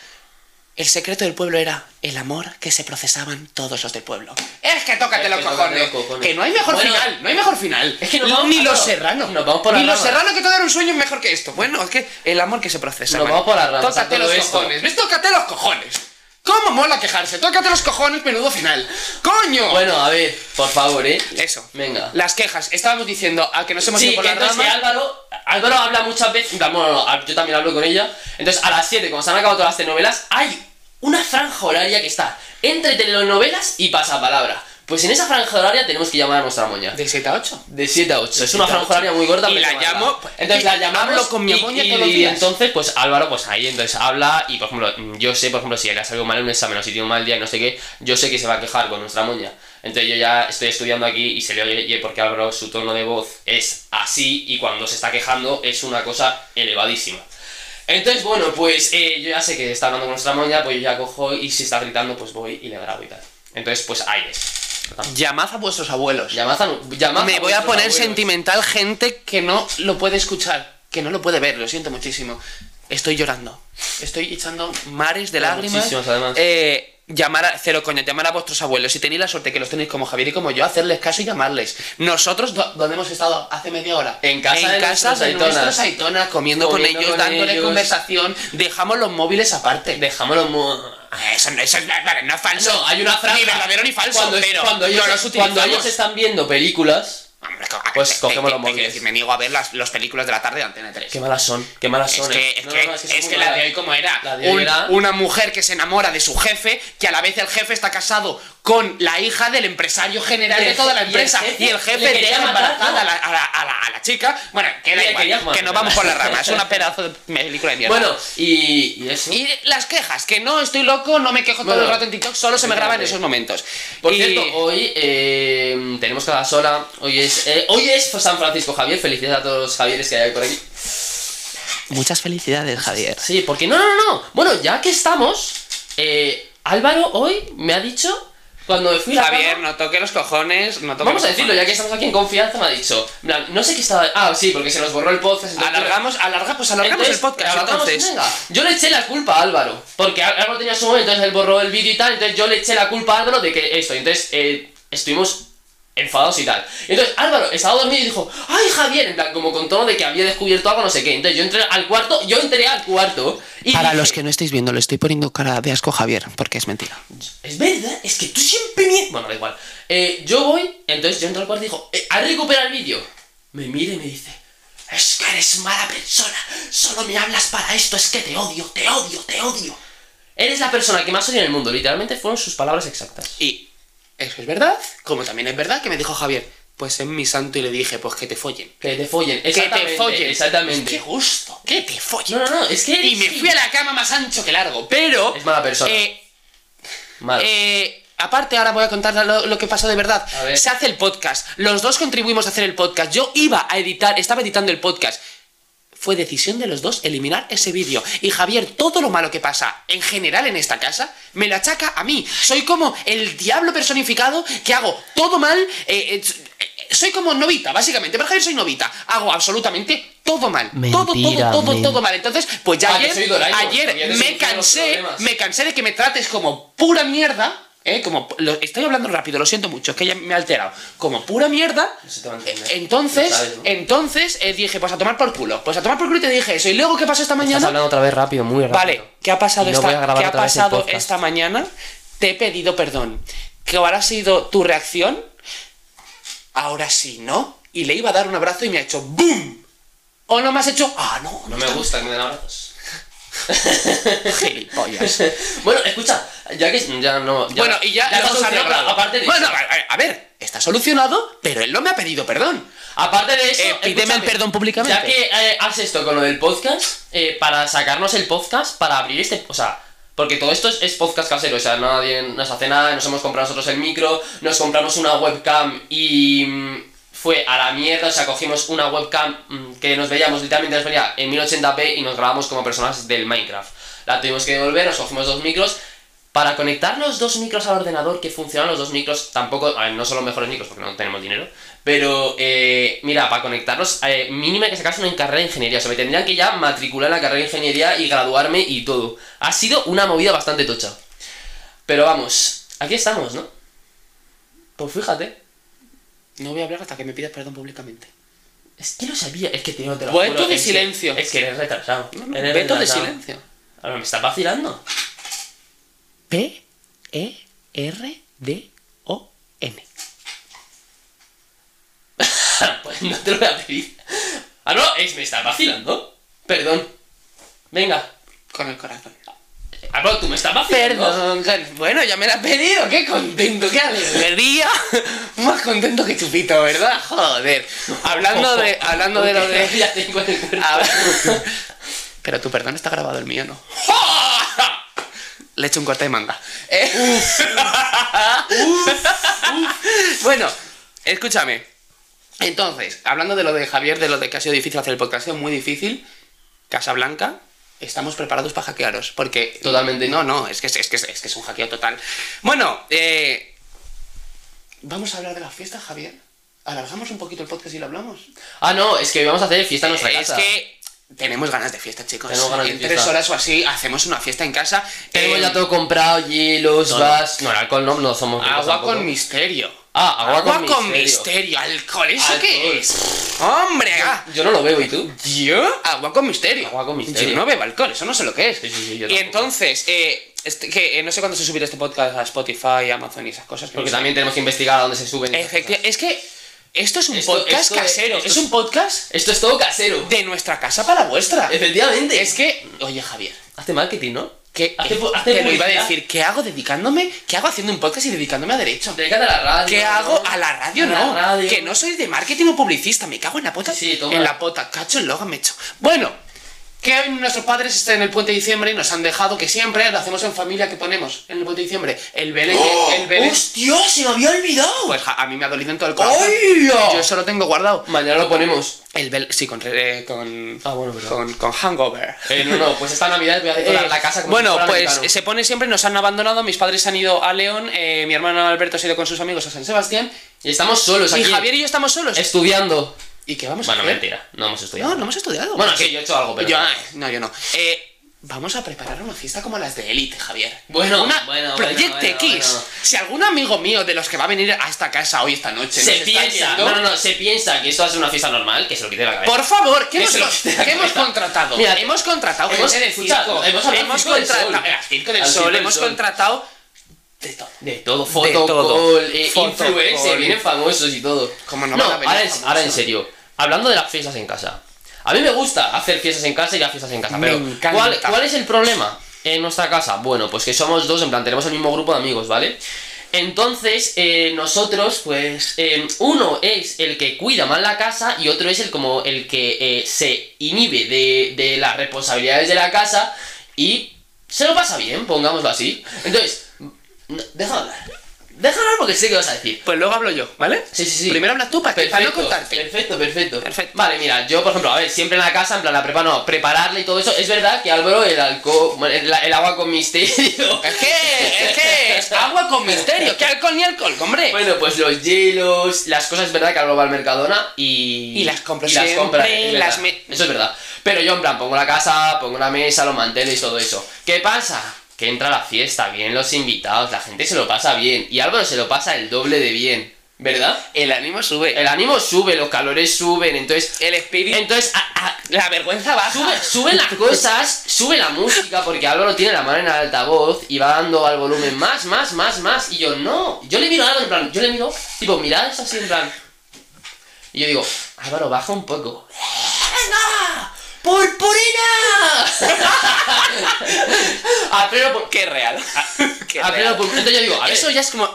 [SPEAKER 1] El secreto del pueblo era el amor que se procesaban todos los del pueblo. Es que tócate,
[SPEAKER 2] Es
[SPEAKER 1] los,
[SPEAKER 2] que tócate
[SPEAKER 1] cojones,
[SPEAKER 2] los cojones.
[SPEAKER 1] Que no hay mejor
[SPEAKER 2] Bueno,
[SPEAKER 1] final, no hay mejor final.
[SPEAKER 2] es que nos vamos-
[SPEAKER 1] Ni
[SPEAKER 2] claro,
[SPEAKER 1] los serranos.
[SPEAKER 2] nos vamos por
[SPEAKER 1] Ni
[SPEAKER 2] las
[SPEAKER 1] los
[SPEAKER 2] ramas.
[SPEAKER 1] serranos que todo era un sueño es mejor que esto. Bueno, es que el amor que se procesa.
[SPEAKER 2] Nos
[SPEAKER 1] mano.
[SPEAKER 2] vamos por las ramas,
[SPEAKER 1] Tócate
[SPEAKER 2] a todo
[SPEAKER 1] los
[SPEAKER 2] esto.
[SPEAKER 1] cojones. ¿Ves? Pues Tócate los cojones. ¿Cómo mola quejarse? Tócate los cojones, menudo final. ¡Coño!
[SPEAKER 2] Bueno, a ver, por favor, eh.
[SPEAKER 1] Eso.
[SPEAKER 2] Venga.
[SPEAKER 1] Las quejas. Estábamos diciendo a que nos hemos
[SPEAKER 2] Sí,
[SPEAKER 1] ido por
[SPEAKER 2] que
[SPEAKER 1] las
[SPEAKER 2] entonces que
[SPEAKER 1] ramas.
[SPEAKER 2] Álvaro, Álvaro habla muchas veces, en plan, bueno, no, no, yo también hablo con ella, entonces a las 7, cuando se han acabado todas las telenovelas, hay una franja horaria que está entre telenovelas y pasapalabra. Pues en esa franja horaria tenemos que llamar a nuestra moña.
[SPEAKER 1] De 7 a 8.
[SPEAKER 2] De 7 a 8, es
[SPEAKER 1] 7 a
[SPEAKER 2] una
[SPEAKER 1] 8.
[SPEAKER 2] franja horaria muy corta.
[SPEAKER 1] Y
[SPEAKER 2] pero
[SPEAKER 1] la
[SPEAKER 2] hay que llamarla.
[SPEAKER 1] llamo, pues,
[SPEAKER 2] entonces la llamamos
[SPEAKER 1] hablo con mi
[SPEAKER 2] y-
[SPEAKER 1] moña
[SPEAKER 2] y-
[SPEAKER 1] todos los
[SPEAKER 2] y
[SPEAKER 1] días.
[SPEAKER 2] entonces pues Álvaro pues ahí entonces habla y pues, por ejemplo yo sé por ejemplo si le ha salido mal en un examen o si tiene un mal día y no sé qué, yo sé que se va a quejar con nuestra moña. Entonces yo ya estoy estudiando aquí y se le oye porque Álvaro su tono de voz es así y cuando se está quejando es una cosa elevadísima. Entonces bueno pues eh, yo ya sé que está hablando con nuestra moña pues yo ya cojo y si está gritando pues voy y le grabo y tal. Entonces pues ahí es.
[SPEAKER 1] Llamad a vuestros abuelos.
[SPEAKER 2] Llamad a, llamad
[SPEAKER 1] Me voy a
[SPEAKER 2] vuestros
[SPEAKER 1] poner
[SPEAKER 2] abuelos.
[SPEAKER 1] sentimental gente que no lo puede escuchar, que no lo puede ver, lo siento muchísimo. Estoy llorando. Estoy echando mares de lágrimas.
[SPEAKER 2] Muchísimas, además.
[SPEAKER 1] Eh, llamar a cero coña, llamar a vuestros abuelos. Si tenéis la suerte que los tenéis como Javier y como yo, hacerles caso y llamarles. Nosotros, do- ¿dónde hemos estado hace media hora?
[SPEAKER 2] En casa de
[SPEAKER 1] casas
[SPEAKER 2] nuestros
[SPEAKER 1] de nuestros
[SPEAKER 2] aitonas.
[SPEAKER 1] aitonas, comiendo,
[SPEAKER 2] Comiendo
[SPEAKER 1] con ellos,
[SPEAKER 2] con
[SPEAKER 1] dándole
[SPEAKER 2] ellos.
[SPEAKER 1] conversación. Dejamos los móviles aparte. Ah,
[SPEAKER 2] Dejamos los mo-
[SPEAKER 1] eso no, eso no, no es falso.
[SPEAKER 2] No, hay una frase.
[SPEAKER 1] Ni verdadero ni falso,
[SPEAKER 2] Cuando,
[SPEAKER 1] pero
[SPEAKER 2] cuando ellos,
[SPEAKER 1] no los utilizamos.
[SPEAKER 2] cuando ellos están viendo películas.
[SPEAKER 1] Hombre, co- a
[SPEAKER 2] Pues
[SPEAKER 1] ver, te-
[SPEAKER 2] cogemos
[SPEAKER 1] te-
[SPEAKER 2] los
[SPEAKER 1] te quiero
[SPEAKER 2] móviles.
[SPEAKER 1] decir, Me niego a ver las las películas de la tarde de Antena 3.
[SPEAKER 2] Qué malas son, qué malas
[SPEAKER 1] Es
[SPEAKER 2] son.
[SPEAKER 1] que,
[SPEAKER 2] eh.
[SPEAKER 1] es
[SPEAKER 2] No,
[SPEAKER 1] que,
[SPEAKER 2] no, son
[SPEAKER 1] es
[SPEAKER 2] muy
[SPEAKER 1] que la de
[SPEAKER 2] malas.
[SPEAKER 1] hoy como era,
[SPEAKER 2] La de hoy
[SPEAKER 1] Un-
[SPEAKER 2] era-
[SPEAKER 1] una mujer que se enamora de su jefe, que a la vez el jefe está casado con la hija del empresario general
[SPEAKER 2] Y el
[SPEAKER 1] de toda la
[SPEAKER 2] je- y el
[SPEAKER 1] empresa,
[SPEAKER 2] jefe
[SPEAKER 1] y el
[SPEAKER 2] le
[SPEAKER 1] jefe
[SPEAKER 2] quería
[SPEAKER 1] deja
[SPEAKER 2] matar, ¿no?
[SPEAKER 1] embarazada a la, a la- a la- a la chica, bueno, que da
[SPEAKER 2] Le
[SPEAKER 1] igual,
[SPEAKER 2] quería matar,
[SPEAKER 1] que no vamos
[SPEAKER 2] ¿verdad?
[SPEAKER 1] por la rama, es
[SPEAKER 2] (laughs)
[SPEAKER 1] una pedazo de película de mierda.
[SPEAKER 2] Bueno, y, y eso.
[SPEAKER 1] y las quejas, que no estoy loco, no me quejo todo
[SPEAKER 2] Bueno,
[SPEAKER 1] el rato en TikTok, solo se me graba en
[SPEAKER 2] efectivamente.
[SPEAKER 1] esos momentos.
[SPEAKER 2] Por
[SPEAKER 1] Y-
[SPEAKER 2] cierto, hoy eh, tenemos cada sola. Hoy es, eh, hoy es San Francisco Javier. Felicidades a todos los Javieres que hay por aquí.
[SPEAKER 1] muchas felicidades, Javier.
[SPEAKER 2] Sí, porque no, no, no. no. Bueno, ya que estamos, eh, Álvaro hoy me ha dicho Cuando me fui a la
[SPEAKER 1] Javier,
[SPEAKER 2] cama-
[SPEAKER 1] no toque los cojones, no toque
[SPEAKER 2] Vamos a
[SPEAKER 1] los
[SPEAKER 2] decirlo, ya que estamos aquí en confianza, me ha dicho. en plan, no sé qué estaba. Ah, sí, porque se nos borró el podcast.
[SPEAKER 1] cojones.
[SPEAKER 2] entonces-
[SPEAKER 1] Alargamos, alarga, pues alargamos
[SPEAKER 2] Entonces,
[SPEAKER 1] el podcast.
[SPEAKER 2] alargamos,
[SPEAKER 1] entonces.
[SPEAKER 2] venga. Yo le eché la culpa a Álvaro. Porque Á- Álvaro tenía su momento, entonces él borró el vídeo y tal. Entonces yo le eché la culpa a Álvaro de que esto. Entonces eh, estuvimos enfadados y tal. Entonces Álvaro estaba dormido y dijo: ¡Ay, Javier! En plan, como con tono de que había descubierto algo, no sé qué. Entonces yo entré al cuarto, yo entré al cuarto. Y
[SPEAKER 1] Para
[SPEAKER 2] dije,
[SPEAKER 1] los que no estáis viendo, le estoy poniendo cara de asco a Javier, porque es mentira.
[SPEAKER 2] Es verdad, es que tú siempre me... Bueno, da igual. Eh, yo voy, entonces yo entro al cuarto y digo, eh, ¿has recuperado el vídeo? Me mira y me dice, es que eres mala persona, solo me hablas para esto, es que te odio, te odio, te odio. Eres la persona que más odia en el mundo, literalmente fueron sus palabras exactas.
[SPEAKER 1] Y eso es verdad, como también es verdad que me dijo Javier, pues es mi santo y le dije, pues que te follen.
[SPEAKER 2] Que te follen,
[SPEAKER 1] Que
[SPEAKER 2] exactamente.
[SPEAKER 1] te follen.
[SPEAKER 2] Exactamente.
[SPEAKER 1] Qué gusto, que te follen.
[SPEAKER 2] No, no, no, es que...
[SPEAKER 1] Y
[SPEAKER 2] eres-
[SPEAKER 1] me fui a la cama más ancho que largo, pero...
[SPEAKER 2] Es mala persona.
[SPEAKER 1] eh,
[SPEAKER 2] Mal.
[SPEAKER 1] eh, aparte, ahora voy a contar lo, lo que pasó de verdad.
[SPEAKER 2] A ver.
[SPEAKER 1] Se hace el podcast. Los dos contribuimos a hacer el podcast. Yo iba a editar, estaba editando el podcast. Fue decisión de los dos eliminar ese vídeo. Y Javier, todo lo malo que pasa en general en esta casa, me lo achaca a mí. Soy como el diablo personificado que hago todo mal. eh, eh, eh, soy como novita, básicamente. Pero Javier soy novita. Hago absolutamente todo mal. todo,
[SPEAKER 2] Mentira,
[SPEAKER 1] todo, todo,
[SPEAKER 2] men-
[SPEAKER 1] todo mal. Entonces, pues ya
[SPEAKER 2] Ah, que soy
[SPEAKER 1] ayer,
[SPEAKER 2] Doraemon, que ya
[SPEAKER 1] ayer
[SPEAKER 2] te
[SPEAKER 1] me
[SPEAKER 2] solucionan los
[SPEAKER 1] cansé,
[SPEAKER 2] problemas.
[SPEAKER 1] me cansé de que me trates como pura mierda, ¿eh? Como, pu- lo- estoy hablando rápido, lo siento mucho, es que ya me he alterado. Como pura mierda.
[SPEAKER 2] No se te va a entender.
[SPEAKER 1] Entonces,
[SPEAKER 2] Lo sabes, ¿no?
[SPEAKER 1] entonces eh, dije, pues a tomar por culo. Pues a tomar por culo y te dije eso. ¿Y luego qué pasó esta
[SPEAKER 2] Estás
[SPEAKER 1] mañana?
[SPEAKER 2] hablando otra vez rápido, muy rápido.
[SPEAKER 1] Vale, ¿qué ha pasado,
[SPEAKER 2] Y no
[SPEAKER 1] esta,
[SPEAKER 2] voy a grabar
[SPEAKER 1] ¿qué ha
[SPEAKER 2] otra vez el
[SPEAKER 1] pasado
[SPEAKER 2] podcast.
[SPEAKER 1] esta mañana? Te he pedido perdón. ¿Qué habrá sido tu reacción? Ahora sí, ¿no? Y le iba a dar un abrazo y me ha hecho ¡BOOM! ¿O no me has hecho? Ah, no,
[SPEAKER 2] No me gusta que me den abrazos.
[SPEAKER 1] Gilipollas.
[SPEAKER 2] (laughs) bueno, escucha, ya que ya no. ya-
[SPEAKER 1] bueno, y ya,
[SPEAKER 2] ya
[SPEAKER 1] lo
[SPEAKER 2] hemos
[SPEAKER 1] sanó,
[SPEAKER 2] cerrado.
[SPEAKER 1] pero aparte de Bueno,
[SPEAKER 2] eso-
[SPEAKER 1] a, a ver, está solucionado, pero él no me ha pedido perdón.
[SPEAKER 2] Aparte de eso,
[SPEAKER 1] Eh, pídeme
[SPEAKER 2] escúchame,
[SPEAKER 1] el perdón públicamente.
[SPEAKER 2] Ya que eh, haces esto con lo del podcast, eh, para sacarnos el podcast, para abrir este. O sea, porque todo esto es, es podcast casero, o sea, nadie nos hace nada, nos hemos comprado nosotros el micro, nos compramos una webcam y. mm, Fue a la mierda, o sea, cogimos una webcam mm, que nos veíamos, literalmente nos veía en 1080p y nos grabamos como personas del Minecraft. La tuvimos que devolver, nos cogimos dos micros. Para conectar los dos micros al ordenador, que funcionan los dos micros, tampoco, a ver, no son los mejores micros porque no tenemos dinero, pero eh, mira, para conectarlos, eh, mínimo hay que sacarse una carrera de ingeniería, o sea, me tendrían que ya matricular en la carrera de ingeniería y graduarme y todo. Ha sido una movida bastante tocha. Pero vamos, aquí estamos, ¿no? Pues fíjate,
[SPEAKER 1] No voy a hablar hasta que me pidas perdón públicamente.
[SPEAKER 2] es que lo sabía, es que te lo, te lo
[SPEAKER 1] Momento
[SPEAKER 2] juro,
[SPEAKER 1] de
[SPEAKER 2] es que-
[SPEAKER 1] silencio.
[SPEAKER 2] es que eres retrasado. eres
[SPEAKER 1] Veto de
[SPEAKER 2] retrasado.
[SPEAKER 1] silencio.
[SPEAKER 2] Ahora me estás vacilando.
[SPEAKER 1] P E R D O N.
[SPEAKER 2] (laughs) pues no te lo voy a pedir. Ah, no, es, me estás vacilando. Perdón. Venga.
[SPEAKER 1] Con el corazón.
[SPEAKER 2] Ah, no, tú me estás vacilando.
[SPEAKER 1] Perdón, con- bueno, ya me lo has pedido, qué contento, qué alegría. Más contento que chupito, ¿verdad? Joder. Hablando de hablando de lo de
[SPEAKER 2] (laughs) Ya tengo en el cuerpo.
[SPEAKER 1] Ahora- (laughs) Pero tu perdón está grabado, el mío no. Le echo un corte de manga. Eh. bueno, escúchame. Entonces, hablando de lo de Javier, de lo de que ha sido difícil hacer el podcast, ha sido muy difícil. Casablanca, estamos preparados para hackearos. Porque.
[SPEAKER 2] Totalmente.
[SPEAKER 1] No, no, es que es, es que es, es que es un hackeo total. Bueno, eh, Vamos a hablar de la fiesta, Javier. Alargamos un poquito el podcast y lo hablamos.
[SPEAKER 2] Ah, no, es que hoy vamos a hacer fiesta en nuestra
[SPEAKER 1] Es
[SPEAKER 2] casa.
[SPEAKER 1] que tenemos ganas de fiesta, chicos.
[SPEAKER 2] Tenemos ganas de
[SPEAKER 1] en
[SPEAKER 2] fiesta.
[SPEAKER 1] tres horas o así hacemos una fiesta en casa.
[SPEAKER 2] Tenemos
[SPEAKER 1] Eh,
[SPEAKER 2] ya todo comprado, hielos,
[SPEAKER 1] no, no.
[SPEAKER 2] vas. No, el alcohol no, no somos. ricos
[SPEAKER 1] Agua
[SPEAKER 2] tampoco.
[SPEAKER 1] con misterio.
[SPEAKER 2] Ah, agua con misterio.
[SPEAKER 1] misterio. Alcohol, ¿eso
[SPEAKER 2] Alcohol.
[SPEAKER 1] qué es? ¡Hombre! ah.
[SPEAKER 2] Yo no lo veo, ¿y tú?
[SPEAKER 1] ¿Yo? Agua con misterio.
[SPEAKER 2] Agua con misterio.
[SPEAKER 1] Yo no bebo alcohol, eso no sé lo que es.
[SPEAKER 2] Sí, sí, sí, yo
[SPEAKER 1] y
[SPEAKER 2] tampoco.
[SPEAKER 1] entonces, eh, este- que, eh, no sé cuándo se subirá este podcast a Spotify, Amazon y esas cosas. que no
[SPEAKER 2] Porque
[SPEAKER 1] sé.
[SPEAKER 2] también tenemos que investigar a dónde se suben. esas
[SPEAKER 1] Efectiva-
[SPEAKER 2] cosas.
[SPEAKER 1] es que esto es un
[SPEAKER 2] Esto-
[SPEAKER 1] podcast
[SPEAKER 2] esto es-
[SPEAKER 1] casero.
[SPEAKER 2] esto
[SPEAKER 1] es
[SPEAKER 2] es-
[SPEAKER 1] un podcast
[SPEAKER 2] Esto es todo casero.
[SPEAKER 1] de nuestra casa para la vuestra.
[SPEAKER 2] Efectivamente.
[SPEAKER 1] Es que, oye, Javier.
[SPEAKER 2] Hace marketing, ¿no?
[SPEAKER 1] Que,
[SPEAKER 2] Hace
[SPEAKER 1] eh,
[SPEAKER 2] pu- hace
[SPEAKER 1] que lo iba a
[SPEAKER 2] publicidad.
[SPEAKER 1] decir, ¿qué hago dedicándome? ¿Qué hago haciendo un podcast y dedicándome a derecho?
[SPEAKER 2] Dedícate a la radio.
[SPEAKER 1] ¿Qué hago a la radio?
[SPEAKER 2] A la
[SPEAKER 1] No,
[SPEAKER 2] radio.
[SPEAKER 1] que no soy de marketing o publicista, me cago en la pota.
[SPEAKER 2] Sí, toma.
[SPEAKER 1] en la pota, cacho el logo me echo. Bueno, Que nuestros padres estén en el puente de diciembre y nos han dejado que siempre lo hacemos en familia que ponemos en el puente de diciembre. El Belén,
[SPEAKER 3] ¡Oh!
[SPEAKER 1] el Belén.
[SPEAKER 3] ¡Hostia! ¡Se me había olvidado!
[SPEAKER 1] Pues ja, a mí me ha dolido en todo el corazón.
[SPEAKER 3] ¡Hola!
[SPEAKER 1] Yo eso lo tengo guardado.
[SPEAKER 2] Mañana lo ponemos.
[SPEAKER 1] El Belén, sí, con, re- eh, con,
[SPEAKER 2] Ah, bueno, verdad.
[SPEAKER 1] con, con Hangover.
[SPEAKER 2] Eh, no, no, pues esta Navidad voy a decorar
[SPEAKER 1] Eh,
[SPEAKER 2] la casa como si
[SPEAKER 1] bueno,
[SPEAKER 2] fuera
[SPEAKER 1] pues
[SPEAKER 2] americano.
[SPEAKER 1] se pone siempre, nos han abandonado, mis padres se han ido a León, eh, mi hermano Alberto se ha ido con sus amigos a San Sebastián
[SPEAKER 2] Y estamos solos
[SPEAKER 1] y
[SPEAKER 2] Pues aquí.
[SPEAKER 1] Javier y yo estamos solos.
[SPEAKER 2] Estudiando.
[SPEAKER 1] ¿Y qué vamos
[SPEAKER 2] Bueno,
[SPEAKER 1] a hacer?
[SPEAKER 2] mentira. No hemos estudiado.
[SPEAKER 1] No, no hemos estudiado.
[SPEAKER 2] Bueno, sí, yo he hecho algo, pero.
[SPEAKER 1] Yo, ah, no, yo no. Eh, vamos a preparar una fiesta como las de Elite, Javier.
[SPEAKER 2] Bueno,
[SPEAKER 1] una
[SPEAKER 2] bueno,
[SPEAKER 1] Project
[SPEAKER 2] bueno,
[SPEAKER 1] X.
[SPEAKER 2] bueno, bueno.
[SPEAKER 1] Si algún amigo mío de los que va a venir a esta casa hoy esta noche nos
[SPEAKER 2] se
[SPEAKER 1] está
[SPEAKER 2] piensa.
[SPEAKER 1] viendo,
[SPEAKER 2] No, no, no, se piensa que esto va a ser una fiesta normal, que se lo quite de la cabeza.
[SPEAKER 1] Por favor, ¿qué,
[SPEAKER 2] Que
[SPEAKER 1] hemos,
[SPEAKER 2] se lo
[SPEAKER 1] con-
[SPEAKER 2] quite la
[SPEAKER 1] qué hemos
[SPEAKER 2] cabeza.
[SPEAKER 1] contratado?
[SPEAKER 2] Mira,
[SPEAKER 1] hemos contratado
[SPEAKER 2] hemos-
[SPEAKER 1] gente de
[SPEAKER 2] escucha,
[SPEAKER 1] circo.
[SPEAKER 2] hemos hablado al Circo del
[SPEAKER 1] contratado.
[SPEAKER 2] Sol.
[SPEAKER 1] eh, al Circo del
[SPEAKER 2] Al Circo
[SPEAKER 1] Sol,
[SPEAKER 2] del
[SPEAKER 1] hemos
[SPEAKER 2] Sol.
[SPEAKER 1] contratado. De todo.
[SPEAKER 2] De todo,
[SPEAKER 1] De
[SPEAKER 2] fotocall,
[SPEAKER 1] todo.
[SPEAKER 2] eh,
[SPEAKER 1] Fotocall.
[SPEAKER 2] influencer, vienen famosos y todo.
[SPEAKER 1] Como no
[SPEAKER 2] no
[SPEAKER 1] van a venir
[SPEAKER 2] ahora, en,
[SPEAKER 1] famosos.
[SPEAKER 2] ahora en serio, hablando de las fiestas en casa. A mí me gusta hacer fiestas en casa y las fiestas en casa,
[SPEAKER 1] Me
[SPEAKER 2] pero
[SPEAKER 1] encanta.
[SPEAKER 2] ¿cuál, cuál es el problema en nuestra casa? Bueno, pues que somos dos, en plan, tenemos el mismo grupo de amigos, ¿vale? Entonces, eh, nosotros, pues, eh, uno es el que cuida más la casa y otro es el como el que eh, se inhibe de, de las responsabilidades de la casa y se lo pasa bien, pongámoslo así. Entonces, no, déjame hablar. Déjame hablar porque sé que vas a decir.
[SPEAKER 1] Pues luego hablo yo, ¿vale?
[SPEAKER 2] Sí, sí, sí.
[SPEAKER 1] Primero hablas tú para, que- para no contarte.
[SPEAKER 2] Perfecto, perfecto.
[SPEAKER 1] Perfecto.
[SPEAKER 2] Vale, mira, yo por ejemplo, a ver, siempre en la casa, en plan, la preparo, no, prepararla y todo eso. Es verdad que Álvaro, el alcohol, bueno, el, el agua con misterio.
[SPEAKER 1] (laughs) Es que, es que
[SPEAKER 2] (laughs)
[SPEAKER 1] es agua con misterio. ¿Qué alcohol ni alcohol, hombre?
[SPEAKER 2] Bueno, pues los hielos, las cosas, es verdad que Álvaro va al Mercadona y.
[SPEAKER 1] Y las compro
[SPEAKER 2] y las
[SPEAKER 1] siempre,
[SPEAKER 2] compra, es
[SPEAKER 1] las
[SPEAKER 2] verdad.
[SPEAKER 1] me-
[SPEAKER 2] Eso es verdad. Pero yo, en plan, pongo la casa, pongo la mesa, los manteles y todo eso. ¿Qué pasa? Que entra la fiesta, vienen los invitados, la gente se lo pasa bien. Y Álvaro se lo pasa el doble de bien, ¿verdad?
[SPEAKER 1] El ánimo sube.
[SPEAKER 2] El ánimo sube, los calores suben, entonces
[SPEAKER 1] El espíritu.
[SPEAKER 2] Entonces, a- a-
[SPEAKER 1] La vergüenza baja. (laughs)
[SPEAKER 2] sube- suben las cosas, sube la música, porque Álvaro tiene la mano en el altavoz y va dando al volumen más, más, más, más. Y yo, no. Yo le miro a Álvaro, en plan, yo le miro, tipo, mirad eso así, en plan. Y yo digo, Álvaro, baja un poco. ¡Venga! (laughs) ¡Purpurina! a pleno pul-
[SPEAKER 1] Qué real.
[SPEAKER 2] (laughs)
[SPEAKER 1] Qué
[SPEAKER 2] A pleno
[SPEAKER 1] real.
[SPEAKER 2] pulmón. Ah, Entonces yo digo, a ver,
[SPEAKER 1] Eso ya es como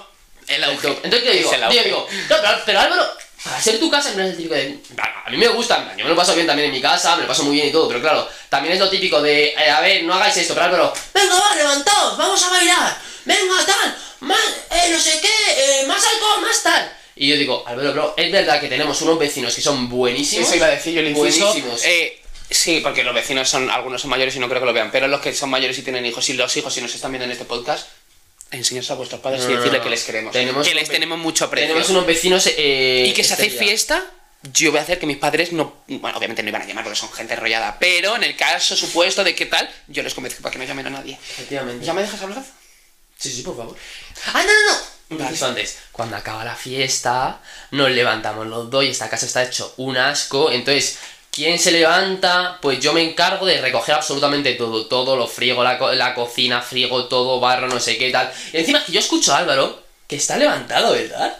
[SPEAKER 1] el auge.
[SPEAKER 2] entonces yo digo,
[SPEAKER 1] Es el
[SPEAKER 2] yo
[SPEAKER 1] auge.
[SPEAKER 2] digo, no, pero, pero Álvaro, para ser tu casa no es el típico de. A mí me gusta, en plan, yo me lo paso bien también en mi casa, me lo paso muy bien y todo, pero claro, también es lo típico de, eh, a ver, no hagáis esto, pero Álvaro, venga, va, levantaos, vamos a bailar, venga, tal, más, eh, no sé qué, eh, más alcohol, más tal. Y yo digo, Álvaro, bro, es verdad que tenemos unos vecinos que son buenísimos.
[SPEAKER 1] Eso iba a decir yo, el inciso.
[SPEAKER 2] Buenísimos.
[SPEAKER 1] Eh, sí, porque los vecinos son, algunos son mayores y no creo que lo vean, pero los que son mayores y tienen hijos y los hijos si nos están viendo en este podcast, enseñaros a vuestros padres
[SPEAKER 2] No,
[SPEAKER 1] y
[SPEAKER 2] no,
[SPEAKER 1] decirle
[SPEAKER 2] no.
[SPEAKER 1] que les queremos.
[SPEAKER 2] Tenemos
[SPEAKER 1] que
[SPEAKER 2] un
[SPEAKER 1] les
[SPEAKER 2] ve-
[SPEAKER 1] tenemos mucho aprecio.
[SPEAKER 2] tenemos unos vecinos. eh,
[SPEAKER 1] y que si hacéis
[SPEAKER 2] estrella.
[SPEAKER 1] fiesta, yo voy a hacer que mis padres no. Bueno, obviamente no iban a llamar porque son gente enrollada, pero en el caso supuesto de qué tal, yo les convenzco para que no llamen a nadie.
[SPEAKER 2] Efectivamente.
[SPEAKER 1] ¿Ya me dejas hablar?
[SPEAKER 2] Sí, sí, por favor. ¡Ah, no, no, no! Un
[SPEAKER 1] Vale.
[SPEAKER 2] ratito antes. Cuando acaba la fiesta, nos levantamos los dos y esta casa está hecho un asco. Entonces, ¿quién se levanta? Pues yo me encargo de recoger absolutamente todo. Todo lo friego, la, co- la cocina, friego todo, barro, no sé qué tal. Y encima que yo escucho a Álvaro, que está levantado, ¿verdad?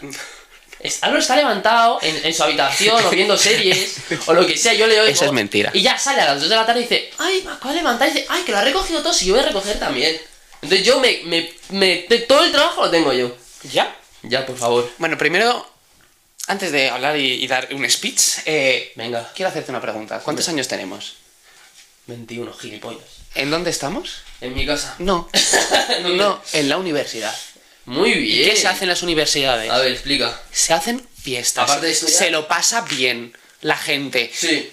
[SPEAKER 2] Es- Álvaro está levantado en, en su habitación o viendo series o lo que sea, yo le oigo.
[SPEAKER 1] Eso es mentira.
[SPEAKER 2] Y ya sale a las 2 de la tarde y dice, ay, me acabo de levantar y dice, ay, que lo ha recogido todo, si yo voy a recoger también. Entonces yo me, me, me- te- todo el trabajo lo tengo yo.
[SPEAKER 1] ¿Ya?
[SPEAKER 2] Ya, por favor.
[SPEAKER 1] Bueno, primero, antes de hablar y, y dar un speech, eh,
[SPEAKER 2] Venga.
[SPEAKER 1] quiero hacerte una pregunta. ¿Cuántos años tenemos?
[SPEAKER 2] 21 gilipollas.
[SPEAKER 1] ¿En dónde estamos?
[SPEAKER 2] En mi casa. (laughs)
[SPEAKER 1] No, no, en la universidad.
[SPEAKER 2] Muy
[SPEAKER 1] ¿Y
[SPEAKER 2] bien.
[SPEAKER 1] qué se hace en las universidades?
[SPEAKER 2] A ver, explica.
[SPEAKER 1] Se hacen fiestas.
[SPEAKER 2] Aparte de estudiar.
[SPEAKER 1] se lo pasa bien la gente.
[SPEAKER 2] Sí.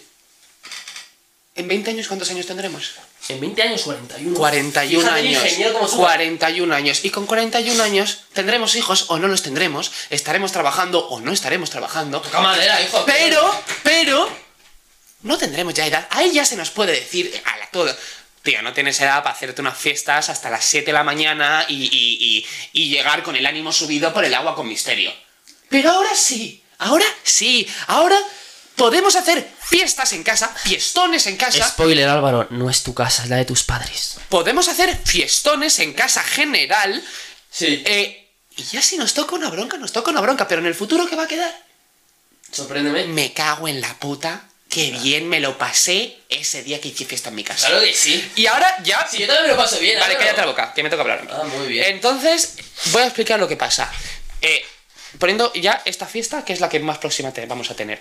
[SPEAKER 1] ¿En 20 años cuántos años tendremos?
[SPEAKER 2] En 20 años, 41.
[SPEAKER 1] 41
[SPEAKER 2] Fíjate,
[SPEAKER 1] años.
[SPEAKER 2] ingeniero como tú.
[SPEAKER 1] 41 años. Y con 41 años tendremos hijos o no los tendremos, estaremos trabajando o no estaremos trabajando.
[SPEAKER 2] Toca madera, hijo.
[SPEAKER 1] Pero, pero, no tendremos ya edad. A él ya se nos puede decir a la todo. Tío, no tienes edad para hacerte unas fiestas hasta las 7 de la mañana y, y- y- y llegar con el ánimo subido por el agua con misterio. Pero ahora sí, ahora sí, ahora podemos hacer fiestas en casa, fiestones en casa.
[SPEAKER 2] Spoiler, Álvaro, no es tu casa, es la de tus padres.
[SPEAKER 1] Podemos hacer fiestones en casa general.
[SPEAKER 2] Sí.
[SPEAKER 1] eh, y ya si nos toca una bronca, nos toca una bronca, pero en el futuro, ¿qué va a quedar?
[SPEAKER 2] Sorpréndeme.
[SPEAKER 1] Me cago en la puta. Qué bien me lo pasé ese día que hice fiesta en mi casa.
[SPEAKER 2] Claro que sí.
[SPEAKER 1] Y ahora ya.
[SPEAKER 2] Sí, yo también me lo paso bien.
[SPEAKER 1] Vale,
[SPEAKER 2] Álvaro.
[SPEAKER 1] cállate la boca, que me toca hablar. a mí.
[SPEAKER 2] Ah, muy bien.
[SPEAKER 1] Entonces, voy a explicar lo que Eh, pasa. Eh, poniendo ya esta fiesta, que es la que más próxima te vamos a tener.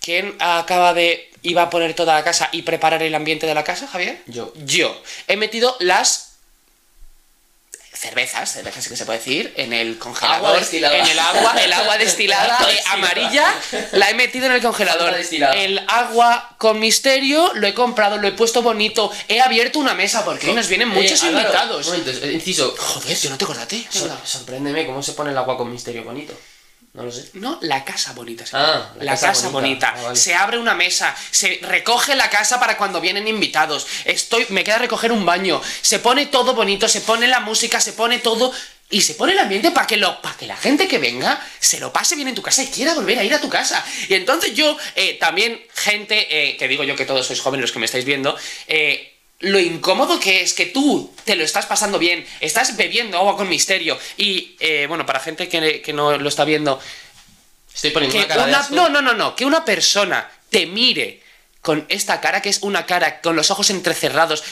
[SPEAKER 1] ¿Quién acaba de iba a poner toda la casa y preparar el ambiente de la casa, Javier?
[SPEAKER 2] Yo.
[SPEAKER 1] Yo he metido las cervezas, cervezas sí que se puede decir, en el congelador,
[SPEAKER 2] destilada.
[SPEAKER 1] en el agua, el
[SPEAKER 2] (laughs)
[SPEAKER 1] agua destilada
[SPEAKER 2] Agua
[SPEAKER 1] eh,
[SPEAKER 2] destilada.
[SPEAKER 1] amarilla, la he metido en el congelador.
[SPEAKER 2] Agua destilada.
[SPEAKER 1] El agua con misterio lo he comprado, lo he puesto bonito, he abierto una mesa porque hoy nos vienen
[SPEAKER 2] Eh,
[SPEAKER 1] muchos
[SPEAKER 2] Álvaro,
[SPEAKER 1] invitados.
[SPEAKER 2] Un momento, eh, inciso.
[SPEAKER 1] Joder, yo no te acordaste.
[SPEAKER 2] Sor- sorpréndeme, ¿cómo se pone el agua con misterio bonito? No lo sé.
[SPEAKER 1] No, la casa bonita. se
[SPEAKER 2] Ah,
[SPEAKER 1] llama. la, casa, bonita.
[SPEAKER 2] Ah, vale.
[SPEAKER 1] Se abre una mesa, se recoge la casa para cuando vienen invitados. Estoy, me queda recoger un baño. Se pone todo bonito, se pone la música, se pone todo y se pone el ambiente para que lo, para que la gente que venga se lo pase bien en tu casa y quiera volver a ir a tu casa. Y entonces yo eh, también gente eh, que digo yo que todos sois jóvenes los que me estáis viendo. eh, lo incómodo que es que tú te lo estás pasando bien, estás bebiendo agua con misterio y, eh, bueno, para gente que, que no lo está viendo,
[SPEAKER 2] Estoy poniendo
[SPEAKER 1] que
[SPEAKER 2] una cara de
[SPEAKER 1] una-
[SPEAKER 2] asco.
[SPEAKER 1] no, no, no, no, que una persona te mire con esta cara, que es una cara con los ojos entrecerrados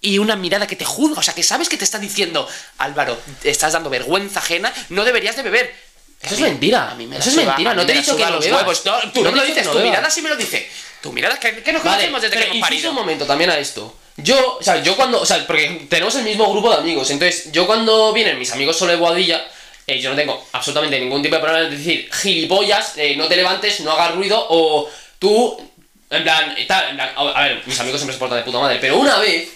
[SPEAKER 1] y una mirada que te juzga, o sea, que sabes que te está diciendo, Álvaro, te estás dando vergüenza ajena, no deberías de beber. A
[SPEAKER 2] Eso es
[SPEAKER 1] mí-
[SPEAKER 2] mentira.
[SPEAKER 1] a mí me la
[SPEAKER 2] Eso es
[SPEAKER 1] suda,
[SPEAKER 2] mentira,
[SPEAKER 1] a mí
[SPEAKER 2] no te
[SPEAKER 1] me la
[SPEAKER 2] he dicho que
[SPEAKER 1] suda
[SPEAKER 2] lo
[SPEAKER 1] los
[SPEAKER 2] bebas.
[SPEAKER 1] huevos. No, tú
[SPEAKER 2] No
[SPEAKER 1] no,
[SPEAKER 2] te
[SPEAKER 1] me lo
[SPEAKER 2] he dicho que
[SPEAKER 1] dices,
[SPEAKER 2] no
[SPEAKER 1] tu
[SPEAKER 2] bebas.
[SPEAKER 1] mirada sí me lo dice. Tu mirada que, que nos
[SPEAKER 2] Vale,
[SPEAKER 1] conocemos desde
[SPEAKER 2] pero
[SPEAKER 1] que hemos
[SPEAKER 2] inciso
[SPEAKER 1] parido.
[SPEAKER 2] un momento también a esto. Yo, o sea, yo cuando, o sea, porque tenemos el mismo grupo de amigos, entonces yo cuando vienen mis amigos solo de Boadilla, eh, yo no tengo absolutamente ningún tipo de problema en decir, gilipollas, eh, no te levantes, no hagas ruido, o tú, en plan, eh, tal, en plan, a a ver, mis amigos siempre se portan de puta madre, pero una vez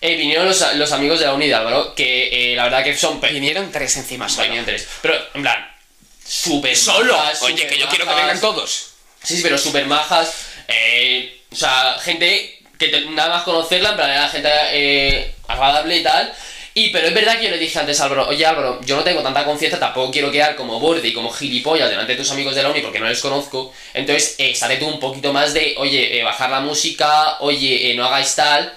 [SPEAKER 2] eh, vinieron los, los amigos de la unidad, Álvaro, que eh, la verdad que son... pe-
[SPEAKER 1] Vinieron tres encima solo.
[SPEAKER 2] Vinieron tres, pero en plan, súper...
[SPEAKER 1] Solo.
[SPEAKER 2] majas,
[SPEAKER 1] Oye, que yo quiero que
[SPEAKER 2] supermajas.
[SPEAKER 1] vengan todos.
[SPEAKER 2] Sí, sí, pero súper majas. eh, o sea, gente que te- nada más conocerla, en plan, era gente eh, agradable y tal. Y, pero es verdad que yo le dije antes a Álvaro, oye Álvaro, yo no tengo tanta confianza, tampoco quiero quedar como borde y como gilipollas delante de tus amigos de la uni porque no les conozco. Entonces, eh, sale tú un poquito más de, oye, eh, bajar la música, oye, eh, no hagáis tal.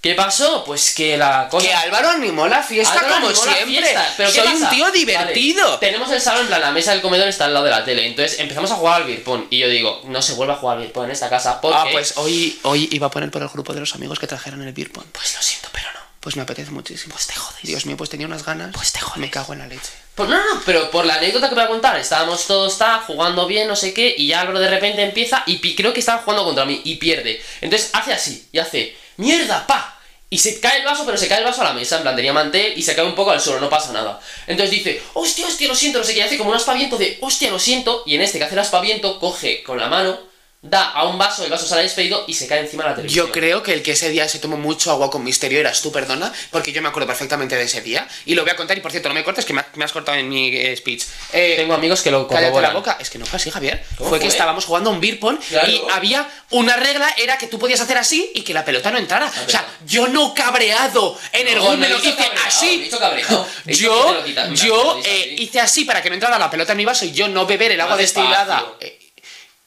[SPEAKER 2] ¿Qué pasó? Pues que la cosa...
[SPEAKER 1] Que Álvaro animó la fiesta
[SPEAKER 2] Ahora
[SPEAKER 1] como
[SPEAKER 2] animó la
[SPEAKER 1] siempre.
[SPEAKER 2] fiesta, ¿Pero qué
[SPEAKER 1] Soy un
[SPEAKER 2] pasa?
[SPEAKER 1] tío divertido.
[SPEAKER 2] Vale, Tenemos el salón, en plan, la mesa del comedor está al lado de la tele. Entonces empezamos a jugar al birpón. Y yo digo, no se vuelve a jugar al birpón en esta casa porque...
[SPEAKER 1] Ah, pues hoy, hoy iba a poner por el grupo de los amigos que trajeron el beer pong.
[SPEAKER 2] Pues lo siento, pero no.
[SPEAKER 1] Pues me apetece muchísimo. Pues
[SPEAKER 2] te jodes.
[SPEAKER 1] Dios mío, pues tenía unas ganas.
[SPEAKER 2] Pues te jodes.
[SPEAKER 1] Me cago en la leche.
[SPEAKER 2] Pues no, no, pero por la anécdota que voy a contar, estábamos todos ta, jugando bien, no sé qué, y ya Álvaro de repente empieza y pi- creo que estaban jugando contra mí y pierde. Entonces hace así y hace, ¡mierda, pa! Y se cae el vaso, pero se cae el vaso a la mesa, en plan tenía mantel y se cae un poco al suelo, no pasa nada. Entonces dice, hostia, hostia, lo siento, no sé qué, y hace como un aspaviento de, hostia, lo siento, y en este que hace el aspaviento, coge con la mano, da a un vaso, el vaso sale despedido y se cae encima de la televisión.
[SPEAKER 1] Yo creo que el que ese día se tomó mucho agua con misterio eras tú, perdona, porque yo me acuerdo perfectamente de ese día. Y lo voy a contar, y por cierto, no me cortes, que me, ha- me has cortado en mi eh, speech. Eh,
[SPEAKER 2] Tengo amigos que lo
[SPEAKER 1] Cállate la
[SPEAKER 2] corroboran.
[SPEAKER 1] boca. Es que no fue así, Javier. Fue,
[SPEAKER 2] ¿Cómo
[SPEAKER 1] que
[SPEAKER 2] fue?
[SPEAKER 1] estábamos jugando a un beer pong
[SPEAKER 2] Claro.
[SPEAKER 1] y había una regla, era que tú podías hacer así y que la pelota no entrara. O sea, yo no cabreado en el
[SPEAKER 2] Ah, No,
[SPEAKER 1] gol
[SPEAKER 2] no,
[SPEAKER 1] me lo
[SPEAKER 2] he dicho
[SPEAKER 1] hice
[SPEAKER 2] cabreado, he
[SPEAKER 1] así.
[SPEAKER 2] dicho cabreado. He dicho que te
[SPEAKER 1] Yo,
[SPEAKER 2] lo quitas, mira,
[SPEAKER 1] yo
[SPEAKER 2] te lo dices
[SPEAKER 1] eh,
[SPEAKER 2] así.
[SPEAKER 1] hice así para que no entrara la pelota en mi vaso y yo no beber el agua
[SPEAKER 2] Más
[SPEAKER 1] destilada.
[SPEAKER 2] despacio.
[SPEAKER 1] Eh,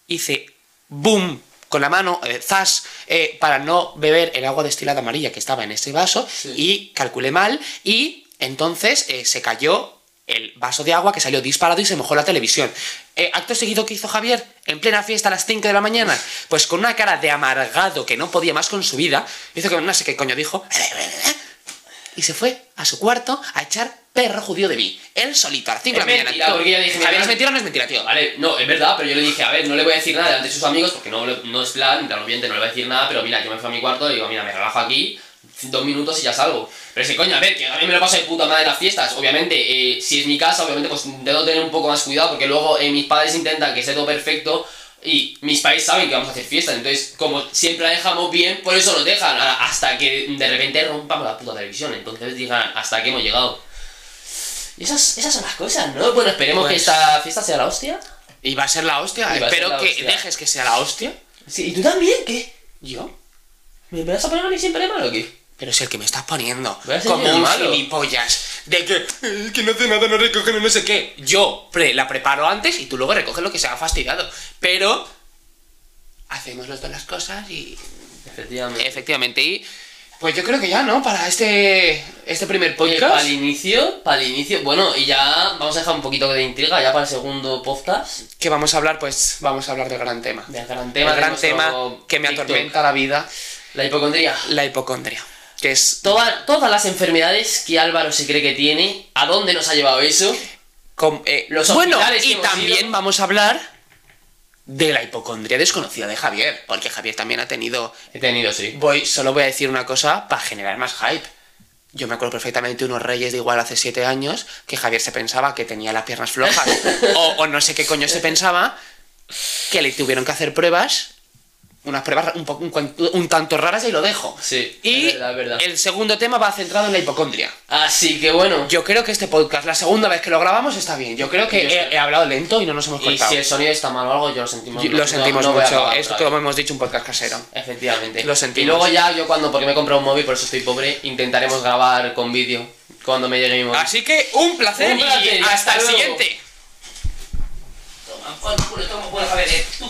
[SPEAKER 1] hice boom con la mano, eh, zas, eh, para no beber el agua destilada amarilla que estaba en ese vaso y calculé mal y entonces eh, se cayó el vaso de agua que salió disparado y se mojó la televisión. Eh, acto seguido que hizo Javier en plena fiesta a las 5 de la mañana, pues con una cara de amargado que no podía más con su vida, hizo que no sé qué coño dijo y se fue a su cuarto a echar perro judío de mí, él solito a las 5 de
[SPEAKER 2] Es
[SPEAKER 1] la mañana.
[SPEAKER 2] mentira, porque yo dije, mira,
[SPEAKER 1] Javier, ¿es
[SPEAKER 2] no-
[SPEAKER 1] mentira o no es mentira, tío?
[SPEAKER 2] Vale, no, es verdad, pero yo le dije, a ver, no le voy a decir nada delante de sus amigos, porque no, le- no es plan, plan obviamente no le voy a decir nada, pero mira, yo me fui a mi cuarto y digo, mira, me relajo aquí, dos minutos y ya salgo. Pero es que coño, a ver, que a mí me lo paso de puta madre las fiestas, obviamente, eh, si es mi casa, obviamente, pues debo tener un poco más cuidado, porque luego eh, mis padres intentan que esté todo perfecto, y mis padres saben que vamos a hacer fiestas, entonces, como siempre la dejamos bien, por eso nos dejan, a- hasta que de repente rompamos la puta televisión, entonces digan, hasta aquí hemos llegado. Y esas, esas son las cosas, ¿no? Bueno, esperemos que
[SPEAKER 1] Pues-
[SPEAKER 2] esta fiesta sea la hostia.
[SPEAKER 1] Y va a ser la hostia.
[SPEAKER 2] Y va a
[SPEAKER 1] Espero
[SPEAKER 2] ser la
[SPEAKER 1] que
[SPEAKER 2] hostia.
[SPEAKER 1] dejes que sea la hostia.
[SPEAKER 2] Sí, ¿y tú también qué?
[SPEAKER 1] Yo.
[SPEAKER 2] ¿Me vas a poner a mí siempre de malo o qué?
[SPEAKER 1] Pero si el que me estás poniendo
[SPEAKER 2] Voy a ser
[SPEAKER 1] como
[SPEAKER 2] yo
[SPEAKER 1] un
[SPEAKER 2] malo.
[SPEAKER 1] gilipollas de que "Eh, que no hace nada, no recoge no sé qué. Yo pre- la preparo antes y tú luego recoges lo que se ha fastidiado. Pero hacemos los dos las cosas y
[SPEAKER 2] Efectivamente.
[SPEAKER 1] efectivamente y pues yo creo que ya no para este este primer
[SPEAKER 2] para
[SPEAKER 1] podcast.
[SPEAKER 2] el Eh, inicio, para el inicio, bueno, y ya vamos a dejar un poquito de intriga ya para el segundo podcast.
[SPEAKER 1] que vamos a hablar pues vamos a hablar del gran tema.
[SPEAKER 2] Del gran
[SPEAKER 1] El
[SPEAKER 2] tema, de
[SPEAKER 1] gran
[SPEAKER 2] nuestro
[SPEAKER 1] tema que me
[SPEAKER 2] TikTok.
[SPEAKER 1] atormenta la vida,
[SPEAKER 2] La hipocondría.
[SPEAKER 1] la hipocondria, que es
[SPEAKER 2] Toda- todas las enfermedades que Álvaro se cree que tiene, ¿a dónde nos ha llevado eso?
[SPEAKER 1] Com- eh,
[SPEAKER 2] Los
[SPEAKER 1] bueno,
[SPEAKER 2] hospitales que
[SPEAKER 1] y
[SPEAKER 2] hemos
[SPEAKER 1] también
[SPEAKER 2] ido.
[SPEAKER 1] vamos a hablar de la hipocondría desconocida de Javier, porque Javier también ha tenido...
[SPEAKER 2] He tenido, sí.
[SPEAKER 1] Voy, solo voy a decir una cosa para generar más hype. Yo me acuerdo perfectamente unos reyes de igual hace siete años que Javier se pensaba que tenía las piernas
[SPEAKER 2] (laughs)
[SPEAKER 1] flojas o, o no sé qué coño se pensaba que le tuvieron que hacer pruebas, unas pruebas un, poco- un cuan- un tanto raras y lo dejo.
[SPEAKER 2] Sí,
[SPEAKER 1] Y
[SPEAKER 2] es verdad, es verdad.
[SPEAKER 1] el segundo tema va centrado en la hipocondria.
[SPEAKER 2] Así que bueno.
[SPEAKER 1] Yo creo que este podcast, la segunda vez que lo grabamos, está bien. Yo creo que
[SPEAKER 2] Yo
[SPEAKER 1] he,
[SPEAKER 2] sé.
[SPEAKER 1] he hablado lento y no nos hemos
[SPEAKER 2] Y
[SPEAKER 1] cortado.
[SPEAKER 2] si el sonido está mal o algo, yo lo sentimos
[SPEAKER 1] Lo sentimos
[SPEAKER 2] no voy a
[SPEAKER 1] mucho.
[SPEAKER 2] acabar
[SPEAKER 1] Es
[SPEAKER 2] otra
[SPEAKER 1] como
[SPEAKER 2] vez.
[SPEAKER 1] hemos dicho, un podcast casero.
[SPEAKER 2] Efectivamente.
[SPEAKER 1] Lo sentimos.
[SPEAKER 2] Y luego ya yo cuando, porque me he comprado un móvil, por eso estoy pobre, intentaremos grabar con vídeo cuando me llegue mi móvil.
[SPEAKER 1] Así que un placer,
[SPEAKER 2] Un placer
[SPEAKER 1] y
[SPEAKER 2] y
[SPEAKER 1] hasta
[SPEAKER 2] hasta
[SPEAKER 1] el
[SPEAKER 2] luego.
[SPEAKER 1] siguiente.
[SPEAKER 3] Toma, por culo, toma, por Javier. eh. Tú